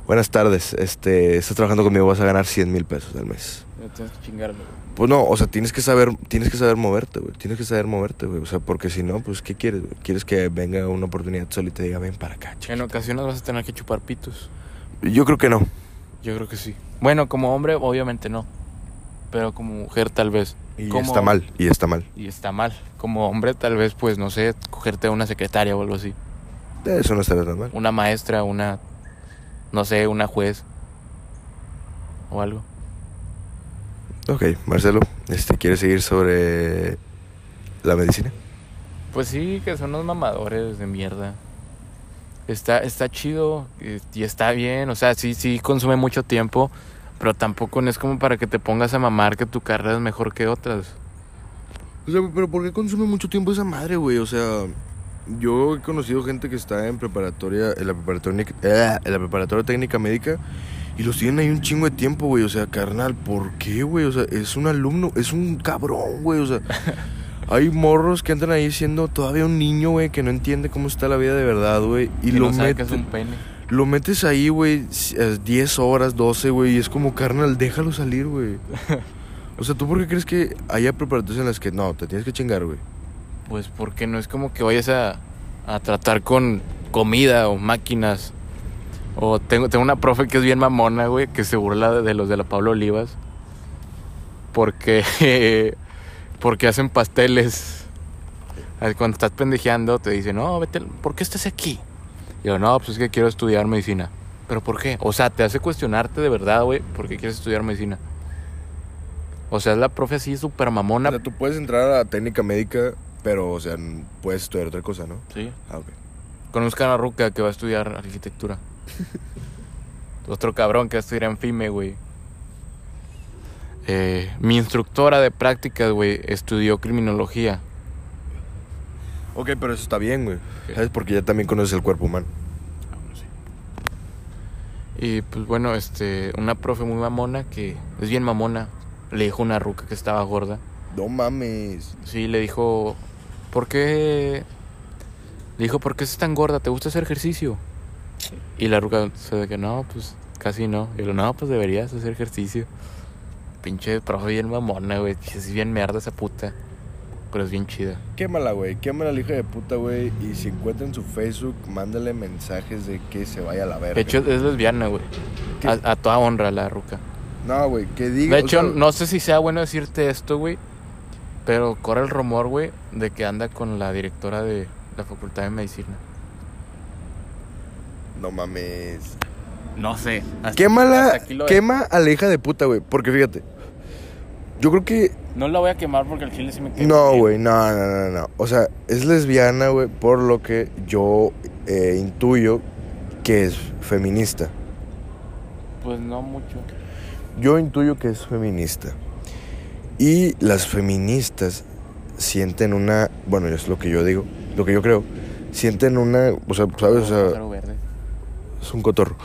S1: Buenas tardes, este. Estás trabajando conmigo, vas a ganar 100 mil pesos al mes.
S2: Ya Tienes que chingarlo, güey.
S1: Pues no, o sea, tienes que saber, tienes que saber moverte, güey. Tienes que saber moverte, güey. O sea, porque si no, pues, ¿qué quieres, güey? ¿Quieres que venga una oportunidad sola y te diga, ven para acá,
S2: En
S1: chiquito?
S2: ocasiones vas a tener que chupar pitos.
S1: Yo creo que no.
S2: Yo creo que sí. Bueno, como hombre, obviamente no. Pero como mujer, tal vez.
S1: Y
S2: Como-
S1: está mal, y está mal.
S2: Y está mal. Como hombre, tal vez, pues, no sé, cogerte a una secretaria o algo así.
S1: Eso no estará tan mal.
S2: Una maestra, una no sé, una juez o algo.
S1: Ok, Marcelo, este, ¿quieres seguir sobre la medicina?
S2: Pues sí, que son unos mamadores de mierda. Está, está chido y, y está bien, o sea, sí, sí consume mucho tiempo, pero tampoco no es como para que te pongas a mamar que tu carrera es mejor que otras.
S1: O sea, pero ¿por qué consume mucho tiempo esa madre, güey? O sea, yo he conocido gente que está en preparatoria, en la preparatoria, eh, en la preparatoria técnica médica y los tienen ahí un chingo de tiempo, güey. O sea, carnal, ¿por qué, güey? O sea, es un alumno, es un cabrón, güey. O sea, hay morros que entran ahí siendo todavía un niño, güey, que no entiende cómo está la vida de verdad, güey. Y
S2: que
S1: lo
S2: no sabe que es
S1: meten-
S2: un pene.
S1: Lo metes ahí, güey, a 10 horas, 12, güey, y es como, carnal, déjalo salir, güey. O sea, ¿tú por qué crees que haya preparatorias en las que no, te tienes que chingar, güey?
S2: Pues porque no es como que vayas a, a tratar con comida o máquinas. O tengo, tengo una profe que es bien mamona, güey, que se burla de, de los de la Pablo Olivas. Porque, porque hacen pasteles. Ay, Cuando estás pendejeando, te dicen, no, vete, al- ¿por qué estás aquí? Y yo, no, pues es que quiero estudiar medicina. ¿Pero por qué? O sea, te hace cuestionarte de verdad, güey, por qué quieres estudiar medicina. O sea, es la profe así súper
S1: O
S2: mamona.
S1: sea, tú puedes entrar a técnica médica, pero, o sea, n- puedes estudiar otra cosa, ¿no?
S2: Sí.
S1: Ah, ok.
S2: Conozcan a Ruca que va a estudiar arquitectura. Otro cabrón que va a estudiar en FIME, güey. Eh, mi instructora de prácticas, güey, estudió criminología.
S1: Ok, pero eso está bien, güey. ¿Sabes? Porque ya también conoces el cuerpo humano.
S2: Y pues bueno, este, una profe muy mamona que es bien mamona. Le dijo una ruca que estaba gorda.
S1: No mames.
S2: Sí, le dijo, ¿por qué? Le dijo, ¿por qué estás tan gorda? ¿Te gusta hacer ejercicio? Y la ruca se de que no, pues casi no. Y yo, no, pues deberías hacer ejercicio. Pinche profe bien mamona, güey. Es bien mierda esa puta. Pero es bien chida.
S1: Quémala, güey. Quémala la hija de puta, güey. Y si encuentra en su Facebook, mándale mensajes de que se vaya a la verga.
S2: De hecho, es lesbiana, güey.
S1: ¿Qué?
S2: A, a toda honra la ruca.
S1: no, güey, que diga.
S2: De
S1: o
S2: hecho,
S1: sea,
S2: no sé si sea bueno decirte esto, güey. Pero corre el rumor, güey, de que anda con la directora de la Facultad de Medicina.
S1: No mames.
S2: No sé.
S1: Quémala,
S2: hasta aquí lo
S1: quema a la hija de puta, güey. Porque fíjate, yo creo que.
S2: No la voy a quemar porque el chile sí me quema.
S1: No, güey, no, no, no, no. O sea, es lesbiana, güey, por lo que yo eh, intuyo que es feminista.
S2: Pues no mucho.
S1: Yo intuyo que es feminista. Y las feministas sienten una. Bueno, es lo que yo digo, lo que yo creo. Sienten una. O sea, ¿sabes? O sea,
S2: Pero verde.
S1: Es un cotorro.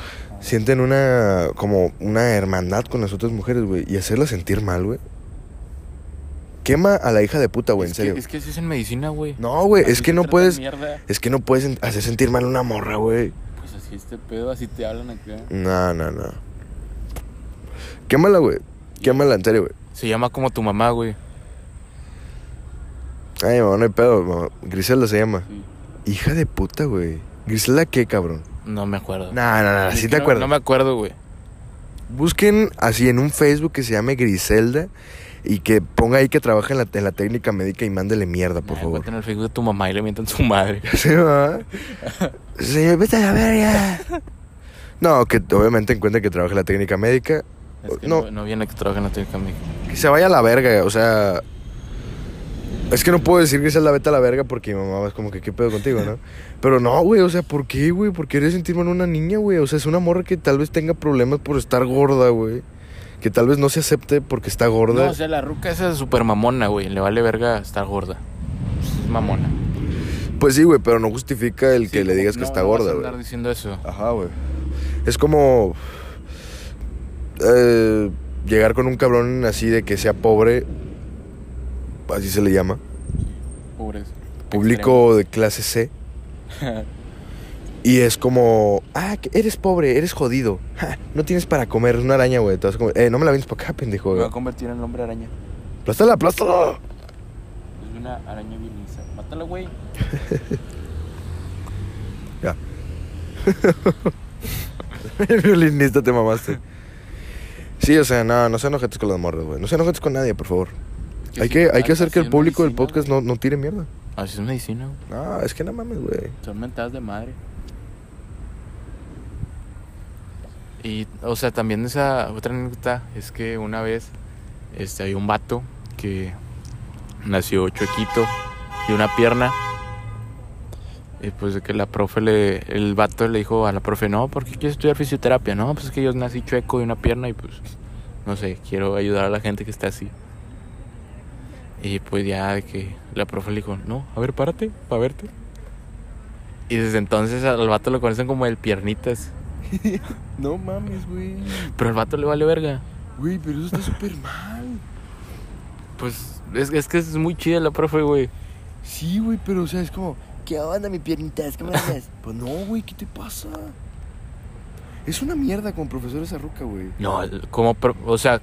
S1: Sienten una como una hermandad con las otras mujeres, güey, y hacerlas sentir mal, güey. Quema a la hija de puta, güey, en
S2: es,
S1: serio.
S2: que, es que eso es en medicina, güey.
S1: No, güey, es
S2: Así
S1: que
S2: te
S1: no
S2: tratan
S1: puedes
S2: mierda.
S1: es que no puedes en- hacer sentir mal a una morra, güey.
S2: Pues así este pedo, así te hablan acá.
S1: No, no, no. Quémala, güey. Quémala, en serio, güey.
S2: Se llama como tu mamá, güey.
S1: Ay, mamá, no hay pedo, mamá. Griselda se llama.
S2: Sí.
S1: Hija de puta, güey. Griselda qué, cabrón.
S2: No me acuerdo.
S1: No, no, no,
S2: Es
S1: sí
S2: que
S1: te
S2: no-
S1: acuerdas.
S2: No me acuerdo, güey.
S1: Busquen así en un Facebook que se llame Griselda y que ponga ahí que trabaja en la, en la técnica médica y mándele mierda, por
S2: Nah,
S1: favor.
S2: Encuentran el Facebook de tu mamá y le mientan su madre.
S1: Sí, ¿verdad? Señor, vete a la verga. No, que obviamente encuentre que trabaje en la técnica médica.
S2: Es que
S1: No.
S2: no. no viene que trabajen en la técnica médica.
S1: Que se vaya a la verga, o sea. Es que no puedo decir Griselda, vete a la verga porque mi mamá es como que qué pedo contigo, ¿no? Pero no, güey, o sea, ¿por qué, güey? ¿Por qué eres sentirme en una niña, güey? O sea, es una morra que tal vez tenga problemas por estar gorda, güey. Que tal vez no se acepte porque está gorda.
S2: No, o sea, la ruca esa es súper mamona, güey. Le vale verga estar gorda. Es mamona.
S1: Pues sí, güey, pero no justifica el que
S2: Sí,
S1: le digas
S2: no-
S1: que está
S2: no vas
S1: gorda,
S2: a andar
S1: güey.
S2: diciendo eso.
S1: Ajá, güey. Es como eh, llegar con un cabrón así de que sea pobre, así se le llama,
S2: Pobres.
S1: público de clase C, y es como, ah, que eres pobre, eres jodido, ja, no tienes para comer, es una araña, güey. te vas a comer. Eh, no me la vienes para acá, pendejo,
S2: Me voy
S1: güey.
S2: a convertir en el hombre araña.
S1: Aplástala, aplástala.
S2: Es una araña bien lisa. Mátala, güey.
S1: Ya. El violinista te mamaste. Sí, o sea, no, no sean ojetes con las morras, güey. No sean ojetes con nadie, por favor. Hay que, hay que hacer que el público del podcast no, no tire mierda.
S2: Así es medicina, güey.
S1: No, es que no mames, güey.
S2: Son mentadas de madre. Y, o sea, también esa otra anécdota es que una vez este, había un vato que nació chuequito de una pierna. Y pues de que la profe le, el vato le dijo a la profe, no, ¿por qué quieres estudiar fisioterapia? No, pues es que yo nací chueco de una pierna y pues, no sé, quiero ayudar a la gente que está así. Y pues ya de que la profe le dijo, no, a ver, párate, para verte. Y desde entonces al vato lo conocen como el piernitas.
S1: No mames, güey.
S2: Pero al vato le vale verga.
S1: Güey, pero eso está súper mal.
S2: Pues es, es que es muy chida la profe, güey.
S1: Sí, güey, pero o sea, es como, ¿qué onda, mi piernitas? ¿Qué me haces? pues no, güey, ¿qué te pasa? Es una mierda con profesores a roca, güey.
S2: No, el- como, pro- o sea,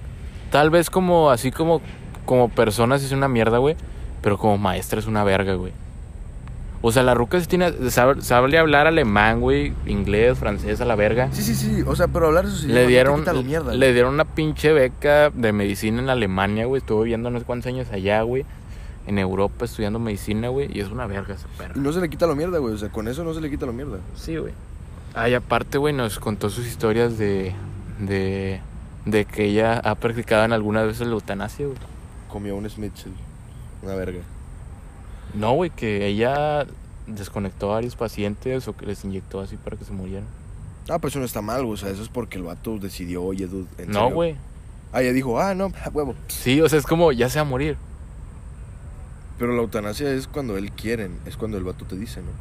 S2: tal vez como así como, como personas es una mierda, güey. Pero como maestra es una verga, güey. O sea, la ruca sí tiene, sabe, sabe hablar alemán, güey, inglés, francés, a la verga.
S1: Sí, sí, sí. O sea, pero hablar de sus idiomas no
S2: Le
S1: te
S2: dieron,
S1: quita la mierda,
S2: le
S1: güey.
S2: dieron una pinche beca de medicina en Alemania, güey. Estuvo viviendo no sé cuántos años allá, güey. En Europa estudiando medicina, güey. Y es una verga esa perra.
S1: Y no se le quita la mierda, güey. O sea, con eso no se le quita la mierda.
S2: Sí, güey. Ay, aparte, güey, nos contó sus historias de, de, de que ella ha practicado en algunas veces la eutanasia, güey.
S1: Comió un Schnitzel. Una verga.
S2: No, güey, que ella desconectó a varios pacientes o que les inyectó así para que se murieran.
S1: Ah, pues eso no está mal, güey. O sea, eso es porque el vato decidió, oye, dude. en
S2: No,
S1: serio".
S2: güey.
S1: Ah, ya dijo, ah, no, a huevo.
S2: Sí, o sea, es como ya se va a morir.
S1: Pero la eutanasia es cuando él quieren, es cuando el vato te dice, ¿no?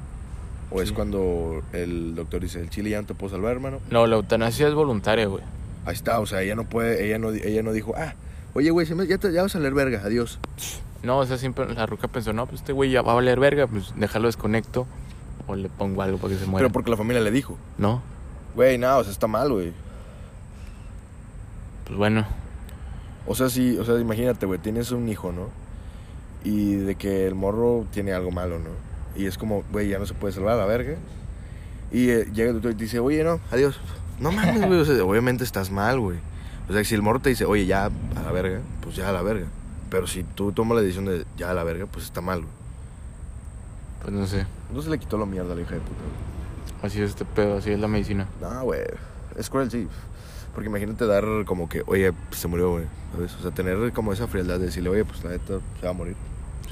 S1: O es
S2: Sí.
S1: cuando el doctor dice, el chile ya no te puedo salvar, hermano.
S2: No, la eutanasia es voluntaria, güey.
S1: Ahí está, o sea, ella no puede, ella no, ella no dijo, ah, oye, güey, se me- ya, te- ya vas a leer verga, adiós.
S2: No, o sea, siempre la ruca pensó, no, pues este güey ya va a valer verga, pues déjalo desconecto o le pongo algo para que se muera.
S1: Pero porque la familia le dijo,
S2: No,
S1: güey, no, o sea, está mal, güey.
S2: pues bueno,
S1: O sea, sí, o sea, imagínate, güey, tienes un hijo, ¿no? Y de que el morro tiene algo malo, ¿no? Y es como, güey, ya no se puede salvar la verga. Y eh, llega el doctor y te dice, oye, no, adiós. No mames, güey, o sea, obviamente estás mal, güey. O sea, si el morro te dice, oye, ya a la verga, pues ya a la verga. Pero si tú tomas la decisión de ya a la verga, pues está mal, güey.
S2: pues no sé.
S1: Entonces le quitó la mierda a la hija de puta, güey.
S2: Así es este pedo, así es la medicina.
S1: No, güey, es cruel, sí. Porque imagínate dar como que, oye, pues, se murió, güey. ¿Sabes? O sea, tener como esa frialdad de decirle, oye, pues la neta se va a morir.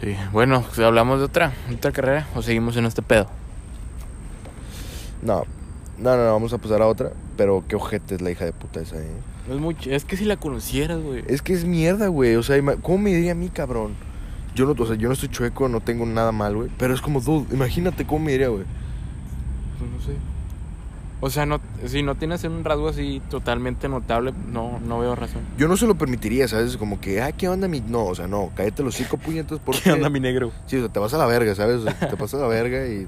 S2: Sí, bueno, pues, hablamos de otra, otra carrera o seguimos en este pedo.
S1: No, no, no, no, vamos a pasar a otra. Pero qué ojete es la hija de puta esa, eh.
S2: No es mucho, es que si la conocieras, güey.
S1: Es que es mierda, güey. O sea, ima- ¿cómo me diría a mí, cabrón? Yo no, o sea, yo no estoy chueco, no tengo nada mal, güey. Pero es como, dude, imagínate cómo me diría, güey.
S2: Pues no sé. O sea, no, si no tienes un rasgo así totalmente notable, no, no veo razón.
S1: Yo no se lo permitiría, ¿sabes? Como que, ah, ¿qué onda mi...? No, o sea, no, cállate los cinco puñetos porque...
S2: negro?
S1: Sí, o sea, te vas a la verga, ¿sabes? O sea, te pasas a la verga y...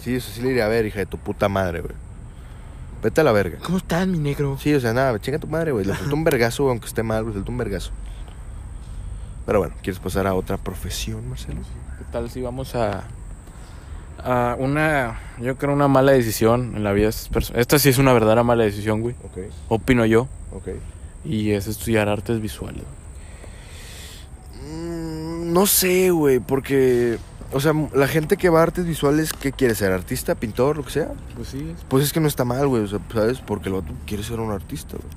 S1: Sí, eso sí le diría, a ver, hija de tu puta madre, güey. Vete a la verga.
S2: ¿Cómo estás, mi negro?
S1: Sí, o sea, nada, chinga tu madre, güey. Le faltó un vergazo, aunque esté mal, le faltó un vergazo. Pero bueno, ¿quieres pasar a otra profesión, Marcelo?
S2: ¿Qué tal si vamos a, a una, yo creo una mala decisión en la vida de estas personas? Esta sí es una verdadera mala decisión, güey.
S1: Ok,
S2: Opino yo.
S1: ok.
S2: Y es estudiar artes visuales.
S1: Mm, no sé, güey, porque. O sea, la gente que va a artes visuales, ¿qué quiere ser? ¿Artista, pintor, lo que sea?
S2: Pues sí.
S1: Pues es que no está mal, güey, o sea, ¿sabes? Porque el vato quiere ser un artista, güey.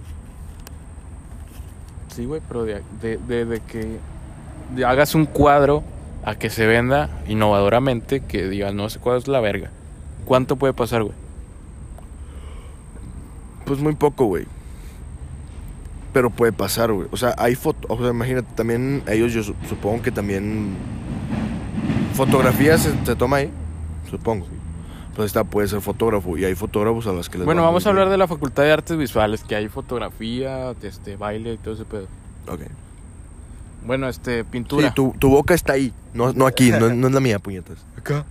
S2: Sí, güey, pero de, de, de- de que de- hagas un cuadro a que se venda innovadoramente, que digas, no, ese cuadro es la verga. ¿Cuánto puede pasar, güey?
S1: Pues muy poco, güey. Pero puede pasar, güey. O sea, hay fotos. O sea, imagínate, también ellos, yo su- supongo que también. Fotografía se, se toma ahí, supongo. Pues está, puede ser fotógrafo. Y hay fotógrafos a las que les
S2: Bueno, vamos a hablar de la Facultad de Artes Visuales, que hay fotografía, este, baile y todo ese pedo.
S1: Ok.
S2: Bueno, este,
S1: Sí,
S2: pintura.
S1: tu, tu boca está ahí. No, no aquí, no, no es la mía, puñetas.
S2: Acá.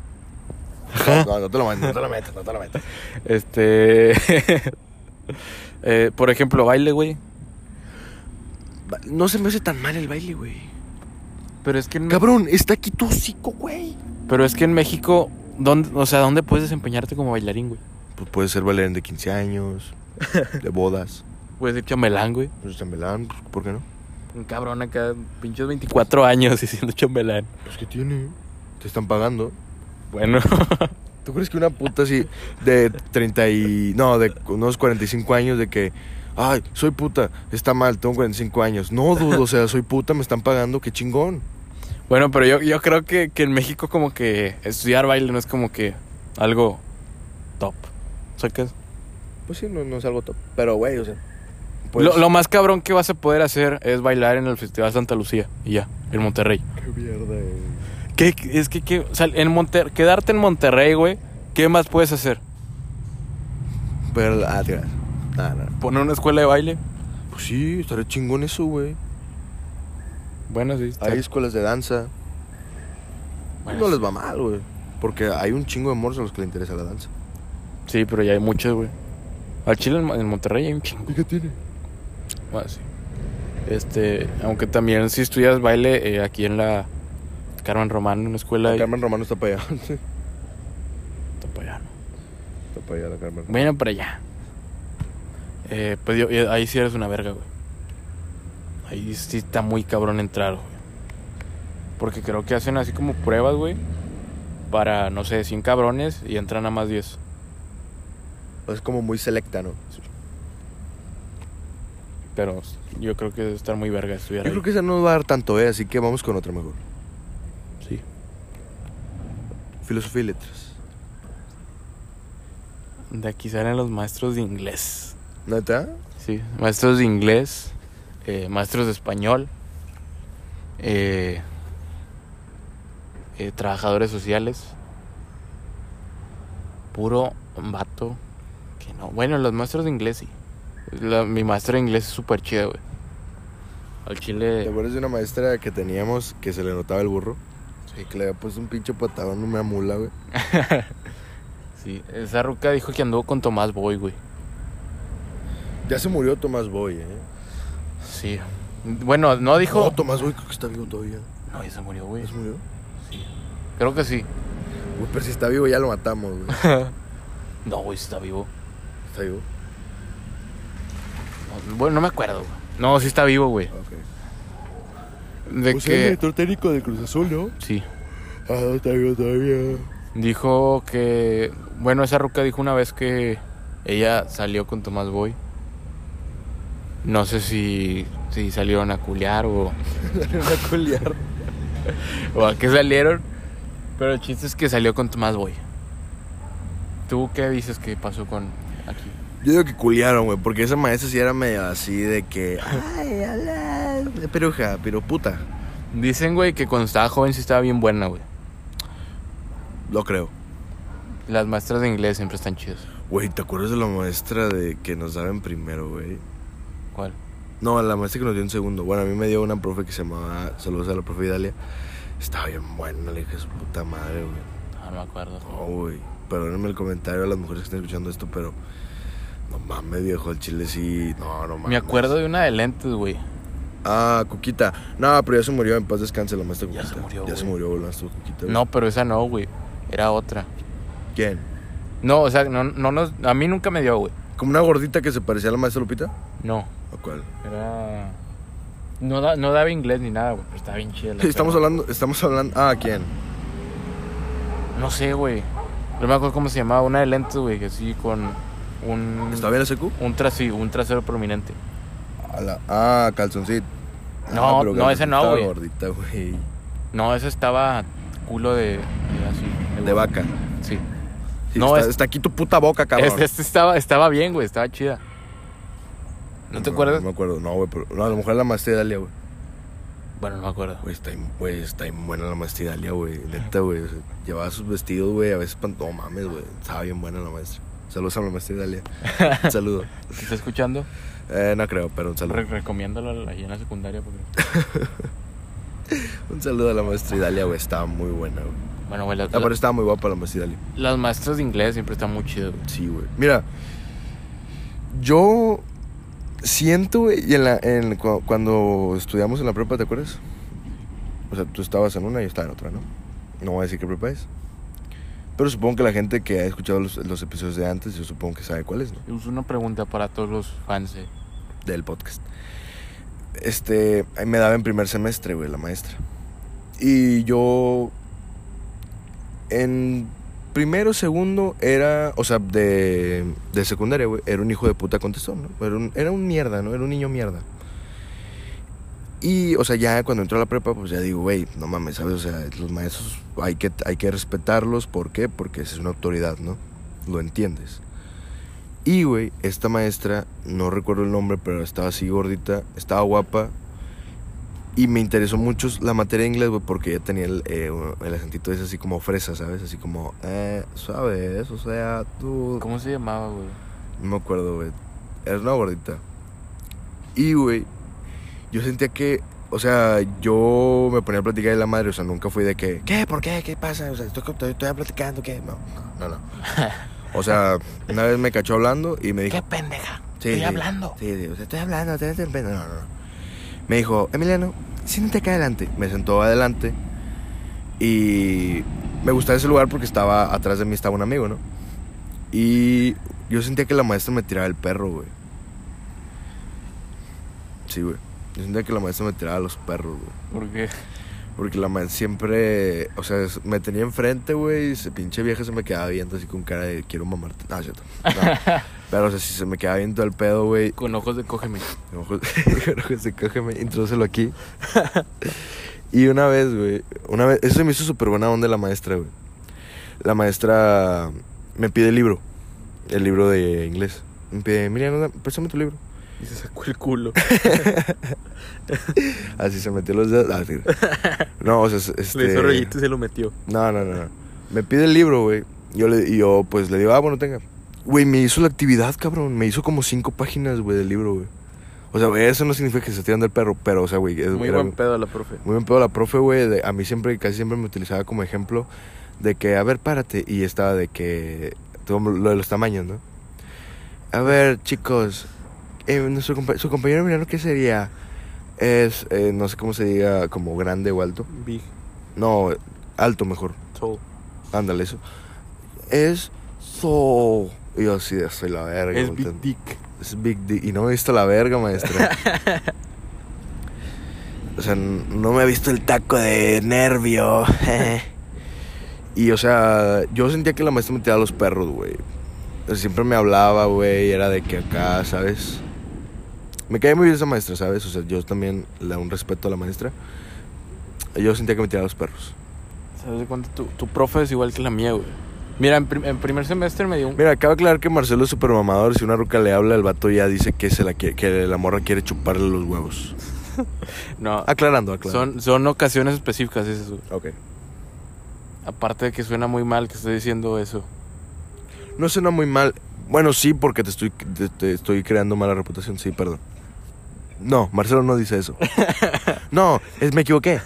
S1: No, no te lo metas, no te lo metas, no te lo metas.
S2: Este. eh, por ejemplo, baile, güey.
S1: Ba- No se me hace tan mal el baile, güey.
S2: Pero es que en,
S1: Cabrón, está aquí tu hocico, güey.
S2: pero es que en México, ¿dónde, o sea, ¿dónde puedes desempeñarte como bailarín, güey?
S1: Pues puede ser bailarín de 15 años, de bodas,
S2: Puedes ser chambelán, güey.
S1: pues chambelán, pues, ¿por qué no?
S2: Un cabrón acá, pinches 24 años y siendo chambelán.
S1: Pues que tiene. Te están pagando.
S2: Bueno,
S1: ¿Tú crees que una puta así de 30 y... No, de unos 45 años de que... Ay, soy puta, está mal, tengo 45 años. No, dudo, o sea, soy puta, me están pagando, qué chingón.
S2: Bueno, pero yo, yo creo que, que en México como que estudiar baile no es como que algo top. ¿Sacas?
S1: Pues sí, no, no es algo top. Pero, güey, o sea... pues-
S2: Lo, lo más cabrón que vas a poder hacer es bailar en el Festival Santa Lucía y ya, en Monterrey.
S1: Qué mierda, eh. güey.
S2: ¿Qué, es que, qué- o sea, en Monter quedarte en Monterrey, güey, ¿qué más puedes hacer?
S1: Pero, ah, te creas. Ah, no.
S2: ¿Poner una escuela de baile?
S1: Pues sí, estaría chingón eso, güey.
S2: Bueno, sí. está-
S1: Hay escuelas de danza.
S2: bueno,
S1: no
S2: sí.
S1: les va mal, güey. Porque hay un chingo de morros a los que le interesa la danza.
S2: Sí, pero ya hay muchas, güey. Al Chile en, en Monterrey hay un chingo.
S1: ¿Y qué tiene?
S2: Ah, sí. Este, aunque también si estudias baile eh, aquí en la Carmen Román, una escuela de
S1: Carmen Romano está para allá. Sí,
S2: Topayano.
S1: está para allá la Carmen.
S2: Bueno, para allá. Eh, pues yo- eh, ahí sí eres una verga, güey. Ahí sí está muy cabrón entrar, güey. Porque creo que hacen así como pruebas, güey. Para, no sé, 100 cabrones y entran a más 10.
S1: Es como muy selecta, ¿no?
S2: Pero yo creo que debe estar muy verga estudiar.
S1: Yo
S2: ahí.
S1: creo que esa no nos va a dar tanto, ¿eh? Así que vamos con otra mejor.
S2: Sí.
S1: Filosofía y letras.
S2: De aquí salen los maestros de inglés.
S1: ¿Neta?
S2: Sí, maestros de inglés, eh, maestros de español, eh, eh, trabajadores sociales. Puro vato que no. Bueno, los maestros de inglés sí. La- mi maestro de inglés es súper chido, güey. Al
S1: ¿Te
S2: chile.
S1: acuerdas de una maestra que teníamos que se le notaba el burro?
S2: Sí,
S1: Que le había puesto un pinche patadón a una mula, güey.
S2: sí. Esa ruca dijo que anduvo con Tomás Boy, güey.
S1: Ya se murió Tomás Boy, ¿eh?
S2: Sí. Bueno, no dijo.
S1: No, Tomás Boy creo que está vivo todavía.
S2: No, ya se murió, güey.
S1: ¿Ya se murió?
S2: Sí. Creo que sí.
S1: Güey, pero si está vivo ya lo matamos, güey.
S2: No, güey, sí está vivo.
S1: ¿Está vivo?
S2: No, Bueno, no me acuerdo. güey. No, sí está vivo, güey.
S1: Ok.
S2: De
S1: Pues es el
S2: que.
S1: director técnico de Cruz Azul, ¿no?
S2: Sí.
S1: Ah, no, está vivo todavía.
S2: Dijo que. Bueno, esa ruca dijo una vez que ella salió con Tomás Boy. No sé si, si salieron a culiar o,
S1: Una culiar.
S2: o a qué salieron. Pero el chiste es que salió con Tomás Boy. ¿Tú qué dices que pasó con aquí?
S1: Yo digo que culiaron, güey, porque esa maestra sí era medio así de que. Ay, hola. Peruja, pero puta.
S2: Dicen, güey, que cuando estaba joven sí estaba bien buena, güey.
S1: Lo creo.
S2: Las maestras de inglés siempre están chidas.
S1: Güey, ¿te acuerdas de la maestra de que nos daba en primero, güey?
S2: ¿Cuál?
S1: No, la maestra que nos dio en segundo. Bueno, a mí me dio una profe que se llamaba. Saludos a la profe Idalia. Estaba bien buena, le dije su puta madre, güey.
S2: Ah, no me acuerdo.
S1: No, güey. Perdónenme el comentario a las mujeres que están escuchando esto, pero. No mames, viejo, el chile sí. No, no mames.
S2: Me acuerdo de una de lentes, güey.
S1: Ah, Cuquita. No, pero ya se murió. En paz descanse la maestra
S2: Ya
S1: Cuquita.
S2: se murió,
S1: Ya se
S2: güey.
S1: murió la maestra Cuquita. güey.
S2: No, pero esa no, güey. Era otra.
S1: ¿Quién?
S2: No, o sea, no, no nos, a mí nunca me dio, güey.
S1: ¿Como una gordita que se parecía a la maestra Lupita?
S2: No.
S1: ¿O cuál?
S2: Era. No, da- no daba inglés ni nada, güey. Pero estaba bien chida. la
S1: Estamos
S2: perra.
S1: hablando, estamos hablando. Ah, ¿quién?
S2: No sé, güey. No me acuerdo cómo se llamaba. Una de lentes, güey. Que sí, con un.
S1: ¿Está bien ese Q?
S2: Un, tras, sí, un trasero prominente.
S1: A la- Ah, calzoncito. Ah,
S2: No, no, ese no,
S1: estaba
S2: güey.
S1: gordita, güey.
S2: No, ese estaba culo de. de así.
S1: De vaca.
S2: Sí.
S1: Sí,
S2: No,
S1: está,
S2: es-
S1: está aquí tu puta boca, cabrón.
S2: Este, este estaba, estaba bien, güey. Estaba chida. ¿No te acuerdas?
S1: No me acuerdo, no, güey. Pero, no, a lo mejor la maestra Dalia, güey.
S2: Bueno, no me acuerdo.
S1: Güey, está, bien- güey, está bien buena la maestra Dalia, güey. Neta, güey. o sea, llevaba sus vestidos, güey. A veces, pan- no mames, güey. Estaba bien buena la maestra. Saludos a la maestra Dalia. Un saludo.
S2: ¿Te está escuchando?
S1: Eh, no creo, pero un saludo.
S2: Re- recomiéndalo ahí en la secundaria porque.
S1: Un saludo a la maestra Idalia, güey. Estaba muy buena, güey.
S2: Bueno, güey, la-
S1: Ah,
S2: la-
S1: pero estaba muy guapa la maestra Idalia.
S2: las maestras de inglés siempre están muy chidas, güey.
S1: Sí, güey. Mira, yo siento, güey, y en la, en, cu- cuando estudiamos en la prepa, ¿te acuerdas? O sea, tú estabas en una y yo estaba en otra, ¿no? No voy a decir qué prepa es. Pero supongo que la gente que ha escuchado los, los episodios de antes, yo supongo que sabe cuál es, ¿no?
S2: Es pues una pregunta para todos los fans. eh.
S1: Del podcast. Este, ahí me daba en primer semestre, güey, la maestra. Y yo en primero, segundo era, o sea, de, de secundaria, güey, era un hijo de puta contestón, ¿no? Era un, era un mierda, ¿no? Era un niño mierda. Y, o sea, ya cuando entró a la prepa, pues ya digo, güey, no mames, ¿sabes? O sea, los maestros hay que, hay que respetarlos. ¿Por qué? Porque esa es una autoridad, ¿no? Lo entiendes. Y, güey, esta maestra, no recuerdo el nombre, pero estaba así gordita, estaba guapa. Y me interesó mucho la materia de inglés, güey, porque ella tenía el, eh, el acentito ese así como fresa, ¿sabes? Así como, eh, ¿sabes? O sea, tú...
S2: ¿Cómo se llamaba, güey?
S1: No me acuerdo, güey. Era una gordita. Y, güey, yo sentía que, o sea, yo me ponía a platicar de la madre, o sea, nunca fui de que, ¿qué? ¿Por qué? ¿Qué pasa? O sea, estoy, estoy, estoy platicando, ¿qué? No, no, no. O sea, una vez me cachó hablando y me dijo,
S2: ¡Qué pendeja!
S1: Sí,
S2: Estoy
S1: sí,
S2: hablando.
S1: Sí, sí, o sea, estoy hablando, te- te- te- no, no, no. Me dijo, Emiliano, siéntate acá adelante. Me sentó adelante y me gustaba ese lugar porque estaba atrás de mí estaba un amigo, ¿no? Y yo sentía que la maestra me tiraba el perro, güey. Sí, güey. Yo sentía que la maestra me tiraba los perros, güey.
S2: Porque
S1: Porque la man siempre, o sea, es- me tenía enfrente, güey, y se pinche vieja se me quedaba viendo así con cara de quiero mamarte. Ah, cierto. No. Pero, o sea, si se me quedaba viendo el pedo, güey,
S2: con ojos de cógeme.
S1: Ojo- Creo que se cógeme, introdúcelo aquí. y una vez, güey, una vez, eso se me hizo súper buena onda la maestra, güey. La maestra me pide el libro, el libro de inglés. Me pide, mira, no, préstame tu libro.
S2: Y se sacó el culo.
S1: Así se metió los dedos. ah, sí. No, o sea, es- este...
S2: Le hizo rollito y se lo metió.
S1: No, no, no, no. Me pide el libro, güey. Yo le, y yo, pues, le digo, ah, bueno, tenga. Güey, me hizo la actividad, cabrón. Me hizo como cinco páginas, güey, del libro, güey. O sea, güey, eso no significa que se tiran del perro, pero, o sea, güey, es
S2: Muy
S1: era-
S2: buen pedo la profe.
S1: Muy buen pedo la profe, güey. de- A mí siempre, casi siempre me utilizaba como ejemplo de que, a ver, párate. Y estaba de que. todo Lo de los tamaños, ¿no? A ver, chicos. eh, nuestro compa- su compañero Emiliano, ¿qué sería? Es, eh, no sé cómo se diga, como grande o alto.
S2: Big
S1: No, alto mejor.
S2: Toe.
S1: Ándale, eso. Es. So. Y yo así de, soy la verga.
S2: Es
S1: volteando.
S2: Big Dick.
S1: Es Big D. Y no me he visto la verga, maestra. o sea, n- no me ha visto el taco de nervio. y, o sea, yo sentía que la maestra me tiraba los perros, güey. O sea, siempre me hablaba, güey. Era de que acá, ¿sabes? Me caía muy bien esa maestra, ¿sabes? O sea, yo también le da un respeto a la maestra. Yo sentía que me tiraba los perros.
S2: ¿Sabes de cuánto? Tu, tu profe es igual que la mía, güey. Mira, en, prim- en primer semestre me dio un...
S1: Mira, acaba de aclarar que Marcelo es super mamador. Si una ruca le habla, el vato ya dice que, se la, quiere- que la morra quiere chuparle los huevos.
S2: No,
S1: Aclarando, aclarando.
S2: son, son ocasiones específicas esas, güey.
S1: Ok.
S2: Aparte de que suena muy mal que esté diciendo eso.
S1: No suena muy mal. Bueno, sí, porque te estoy, te, te estoy creando mala reputación. Sí, perdón. No, Marcelo no dice eso. No, es, me equivoqué.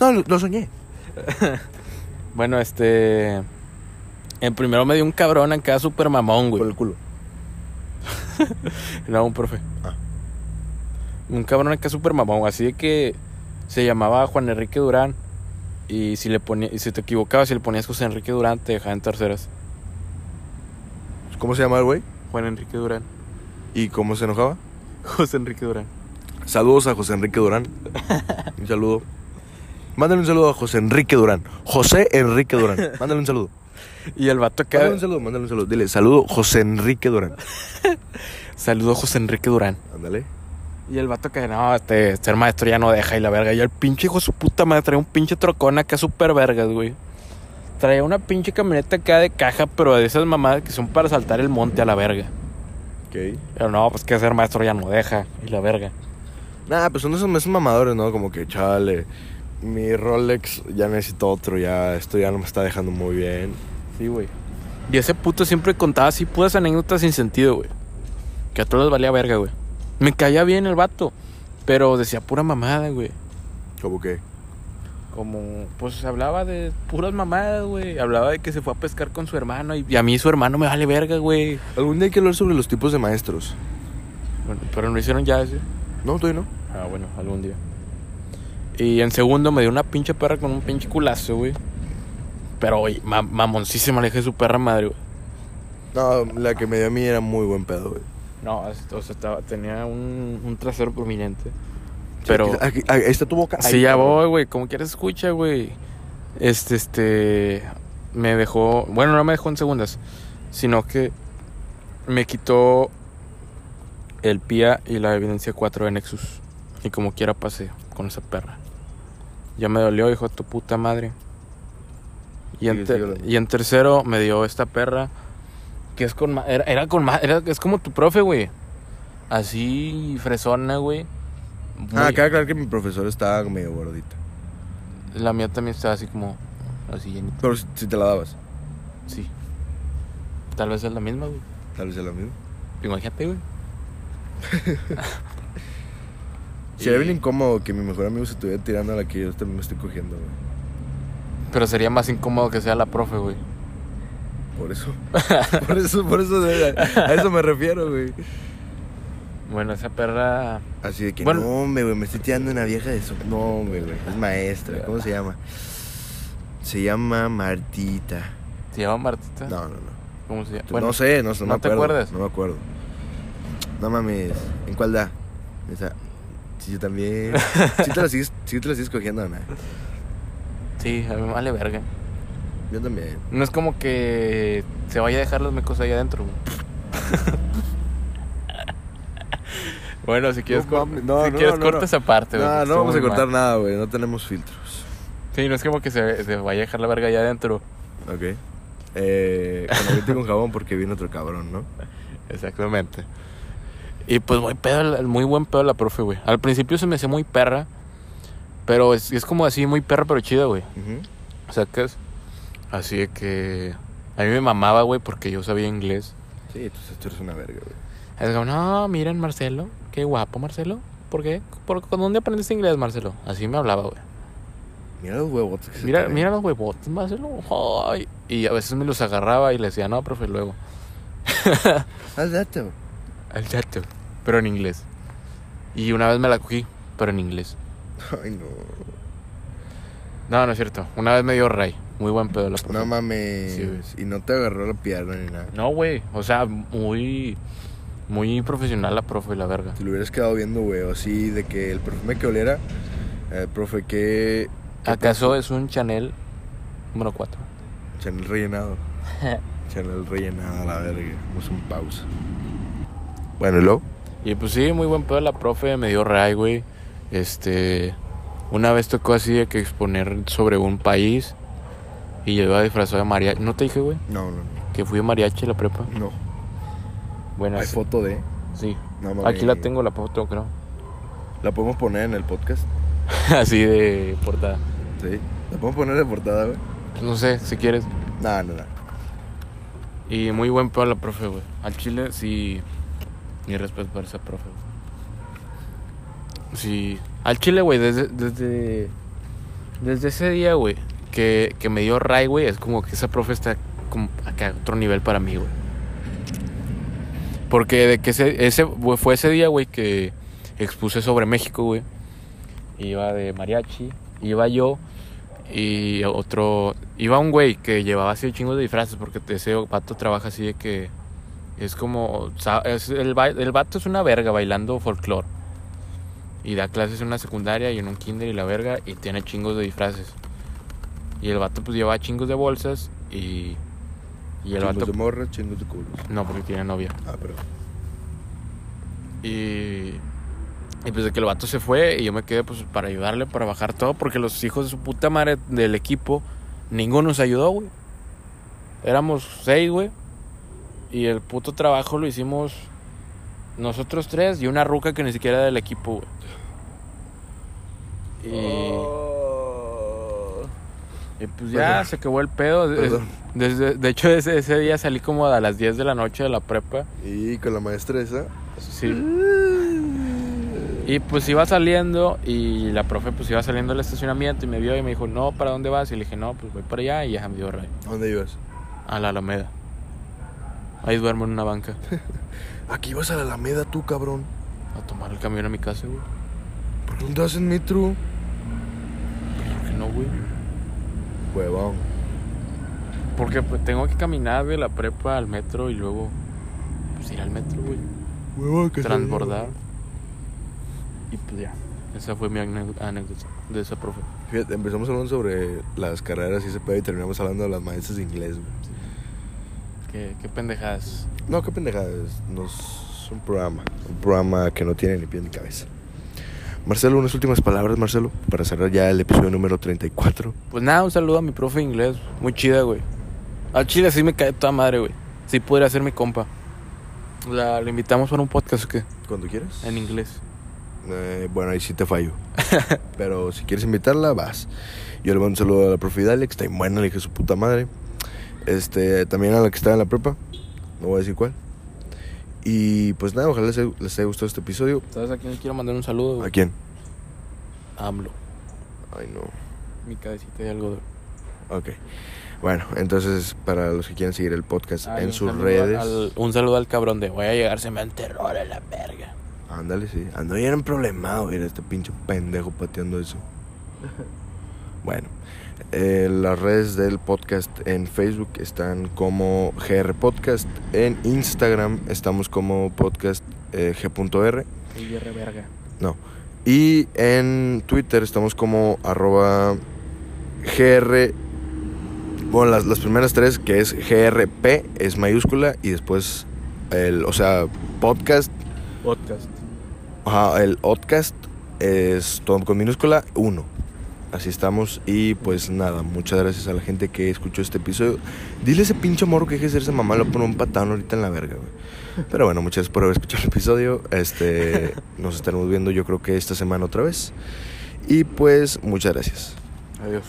S1: No, lo, lo soñé.
S2: Bueno, este... En primero me dio un cabrón acá super mamón, güey.
S1: Por el culo.
S2: No, un profe.
S1: Ah.
S2: Un cabrón acá súper mamón, así de que se llamaba Juan Enrique Durán. Y si le ponía, y si te equivocabas, si le ponías José Enrique Durán, te dejaban en terceras.
S1: ¿Cómo se llama el güey?
S2: Juan Enrique Durán.
S1: ¿Y cómo se enojaba?
S2: José Enrique Durán.
S1: Saludos a José Enrique Durán. Un saludo. Mándale un saludo a José Enrique Durán. José Enrique Durán. Mándale un saludo.
S2: Y el vato acá.
S1: Mándale un saludo, mándale un saludo. Dile, saludo José Enrique Durán.
S2: Saludó José Enrique Durán.
S1: Ándale.
S2: Y el vato que no, este, ser maestro ya no deja y la verga. Y el pinche hijo de su puta madre traía un pinche trocón acá súper vergas, güey. Traía una pinche camioneta acá de caja, pero de esas mamadas que son para saltar el monte a la verga.
S1: Ok.
S2: Pero no, pues que ser maestro ya no deja y la verga.
S1: Nada, pues son esos meses mamadores, ¿no? Como que, chale, mi Rolex ya necesito otro, ya, esto ya no me está dejando muy bien.
S2: Sí, güey. Y ese puto siempre contaba así puras anécdotas sin sentido, güey. Que a todos les valía verga, güey. Me caía bien el vato, pero decía pura mamada, güey.
S1: Como que,
S2: Como, pues hablaba de puras mamadas, güey. Hablaba de que se fue a pescar con su hermano y, y a mí su hermano me vale verga, güey.
S1: algún día hay que hablar sobre los tipos de maestros.
S2: Bueno, pero no hicieron ya ese.
S1: No, todavía no.
S2: Ah, bueno, algún día. Y en segundo me dio una pinche perra con un pinche culazo, güey. Pero, oye, ma- mamoncísima le dije su perra madre, güey.
S1: No, la que me dio a mí era muy buen pedo, güey.
S2: No, es- o sea, estaba- tenía un, un trasero prominente.
S1: Sí,
S2: Pero...
S1: aquí- aquí- ahí está tu boca.
S2: Sí, ya voy, güey. Como quieras, escucha, güey. Este, este. me dejó, bueno, no me dejó en segundas, sino que me quitó el PIA y la evidencia 4 de Nexus. Y como quiera pasé con esa perra. Ya me dolió, hijo de tu puta madre. Y en,
S1: Sigue,
S2: ter-
S1: sigue hablando.
S2: y en tercero me dio esta perra que es con ma- era, era con ma- era- es como tu profe, güey. Así fresona, güey.
S1: Ah,
S2: Muy-
S1: acaba de aclarar que mi profesor estaba medio gordita.
S2: La mía también estaba así como así llenita.
S1: Pero si, si te la dabas,
S2: Sí. Tal vez es la misma, güey.
S1: tal vez es la misma.
S2: Imagínate, güey.
S1: Sería
S2: Y-
S1: bien incómodo que mi mejor amigo se estuviera tirando a la que yo también me estoy cogiendo, güey.
S2: Pero sería más incómodo que sea la profe, güey.
S1: Por eso. por eso, por eso, a eso me refiero, güey.
S2: Bueno, esa perra.
S1: Así de que,
S2: Bueno.
S1: no, hombre, güey, me estoy tirando una vieja de su... No, hombre, güey, es maestra. ¿Cómo se llama? Se llama Martita.
S2: ¿Se llama Martita?
S1: No, no, no.
S2: ¿Cómo se llama? Ah. Bueno,
S1: no sé, no, sé, no,
S2: ¿no
S1: me
S2: te
S1: acuerdo.
S2: acuerdas?
S1: No me acuerdo. No mames, ¿en cuál da? Esa... Sí, yo también. ¿Sí te la sigues, sí te la sigues cogiendo, Ana?
S2: Sí, a mí me vale verga.
S1: Yo también.
S2: No es como que se vaya a dejar los mecos ahí adentro, güey. bueno, si quieres,
S1: No
S2: cor-
S1: mames, no,
S2: si
S1: no,
S2: quieres
S1: no,
S2: corta esa parte,
S1: No,
S2: güey, porque
S1: no
S2: estuvo
S1: vamos a
S2: muy
S1: cortar
S2: mal.
S1: nada, güey, no tenemos filtros.
S2: Sí, no es como que se, se vaya a dejar la verga allá adentro.
S1: Ok. Eh, bueno, vete con jabón porque viene otro cabrón, ¿no?
S2: Exactamente. Y pues muy pedo, la- muy buen pedo la profe, güey. Al principio se me hacía muy perra, pero es, es como así, muy perra, pero chida, güey.
S1: Ujú.
S2: O sea, que es así de que a mí me mamaba, güey, porque yo sabía inglés.
S1: Sí, entonces tú eres una verga, güey.
S2: Es como, no, miren, Marcelo, qué guapo, Marcelo. ¿Por qué? ¿Por, ¿Con dónde aprendiste inglés, Marcelo? Así me hablaba, güey.
S1: Mira los huevos. que se
S2: Mira,
S1: traen.
S2: mira los huevotes, Marcelo. Ay. Y a veces me los agarraba y le decía, no, profe, luego.
S1: Haz este. dato.
S2: Al chato. Pero en inglés. Y una vez me la cogí, pero en inglés.
S1: Ay, no.
S2: No, no es cierto. Una vez me dio Ray. Muy buen pedo la
S1: No
S2: profe.
S1: mames.
S2: Sí, güey.
S1: y no te agarró la pierna ni nada.
S2: No, güey. O sea, muy. Muy profesional la profe, la verga.
S1: Te lo hubieras quedado viendo, güey. o Así de que el perfume que olera. El profe que. que
S2: ¿Acaso es un Chanel número 4?
S1: perfu- Chanel rellenado. Chanel rellenado, la verga. Vamos a un pausa. Bueno, ¿y luego?
S2: Y pues sí, muy buen pedo la profe. Me dio Ray, güey. Este. Una vez tocó así de que exponer sobre un país. Y yo iba disfrazado de mariachi. ¿No te dije, güey?
S1: No, no,
S2: Que fui de mariachi a la prepa.
S1: no. No.
S2: Bueno,
S1: Hay
S2: sí.
S1: foto de.
S2: sí.
S1: No mames.
S2: Aquí la tengo, la foto, creo.
S1: La podemos poner en el podcast.
S2: así de portada.
S1: Sí. La podemos poner de portada, güey.
S2: No sé, si quieres.
S1: No, no, no.
S2: Y muy buen pedo la profe, güey. Al chile, sí. Mi respeto para esa profe, güey. Sí. Al chile, güey, desde, desde. Desde ese día, güey, que, que me dio Ray, güey, es como que esa profe está como acá, otro nivel para mí, güey. Porque de que ese, ese güey, fue ese día, güey, que expuse sobre México, güey. Iba de mariachi, iba yo, y otro. Iba un güey que llevaba así chingos de disfraces, porque ese vato trabaja así de que. Es como. sa- es el, ba- el vato es una verga bailando folclore. Y da clases en una secundaria y en un kinder y la verga, y tiene chingos de disfraces. Y el vato, pues lleva chingos de bolsas y. Y el
S1: chingos
S2: vato.
S1: de morra, chingos de culos.
S2: No, porque tiene novia.
S1: Ah, pero.
S2: Y. Y pues de que el vato se fue y yo me quedé pues para ayudarle, para bajar todo, porque los hijos de su puta madre del equipo, ninguno nos ayudó, güey. Éramos seis, güey. Y el puto trabajo lo hicimos nosotros tres y una ruca que ni siquiera era del equipo, güey. Y, Oh. y, pues ya
S1: Oh. Perdón.
S2: se acabó el pedo. Es-
S1: Perdón.
S2: desde- de hecho, ese, ese día salí como a las 10 de la noche de la prepa.
S1: Y con la maestra esa.
S2: Sí. Y pues iba saliendo y la profe pues iba saliendo del estacionamiento y me vio y me dijo, no, ¿para dónde vas? Y le dije, no, pues voy para allá y ya me dio rey.
S1: ¿A ¿Dónde ibas?
S2: A la Alameda. Ahí duermo en una banca.
S1: Aquí ibas a la Alameda tú, cabrón.
S2: A tomar el camión a mi casa, güey.
S1: ¿Por qué no te vas en metro?
S2: ¿Por qué no, güey?
S1: Huevón.
S2: Porque pues, tengo que caminar de la prepa al metro y luego pues ir al metro, güey.
S1: Huevón que se-
S2: Transbordar. Y pues ya. Esa fue mi ane- anécdota. de esa profe.
S1: Fíjate, empezamos hablando sobre las carreras y ese pedo y terminamos hablando de las maestras de inglés, güey.
S2: Qué, qué pendejadas.
S1: No, qué pendejadas. No es un programa. Un programa que no tiene ni pie ni cabeza. Marcelo, unas últimas palabras, Marcelo, para cerrar ya el episodio número 34.
S2: Pues nada, un saludo a mi profe de inglés. Muy chida, güey. Al chile sí me cae toda madre, güey. Sí podría ser mi compa. La, la invitamos para un podcast ¿o qué?
S1: Cuando quieras.
S2: En inglés.
S1: Eh, bueno, ahí sí te fallo. Pero si quieres invitarla, vas. Yo le mando un saludo a la profe Dalia, que está en buena, le dije su puta madre. Este, también a la que está en la prepa. No voy a decir cuál. Y pues nada, ojalá les, haya- les haya gustado este episodio.
S2: ¿Sabes a quién le quiero mandar un saludo?
S1: ¿A
S2: güey?
S1: quién?
S2: AMLO.
S1: Ay, no.
S2: Mi cabecita de algodón.
S1: Ok. Bueno, entonces, para los que quieran seguir el podcast
S2: Ay,
S1: en
S2: un
S1: sus
S2: saludo
S1: redes.
S2: al- un saludo al cabrón de voy a llegar, se me enterró en la verga.
S1: Ándale, sí. Ah, Ando bien en problemado, mira, este pinche pendejo pateando eso. Bueno, eh, las redes del podcast en Facebook están como GR Podcast. En Instagram estamos como podcast eh, G.R.
S2: Y verga.
S1: No. Y en Twitter estamos como arroba GR. Bueno, las, las primeras tres, que es GRP, es mayúscula, y después, el, o sea, podcast
S2: Podcast.
S1: Ajá, el podcast es todo con minúscula 1. Así estamos. Y pues nada, muchas gracias a la gente que escuchó este episodio. Dile a ese pinche morro que deje de ser esa mamá, lo pone un patán ahorita en la verga, güey. Pero bueno, muchas gracias por haber escuchado el episodio. Este, nos estaremos viendo yo creo que esta semana otra vez. Y pues muchas gracias.
S2: Adiós.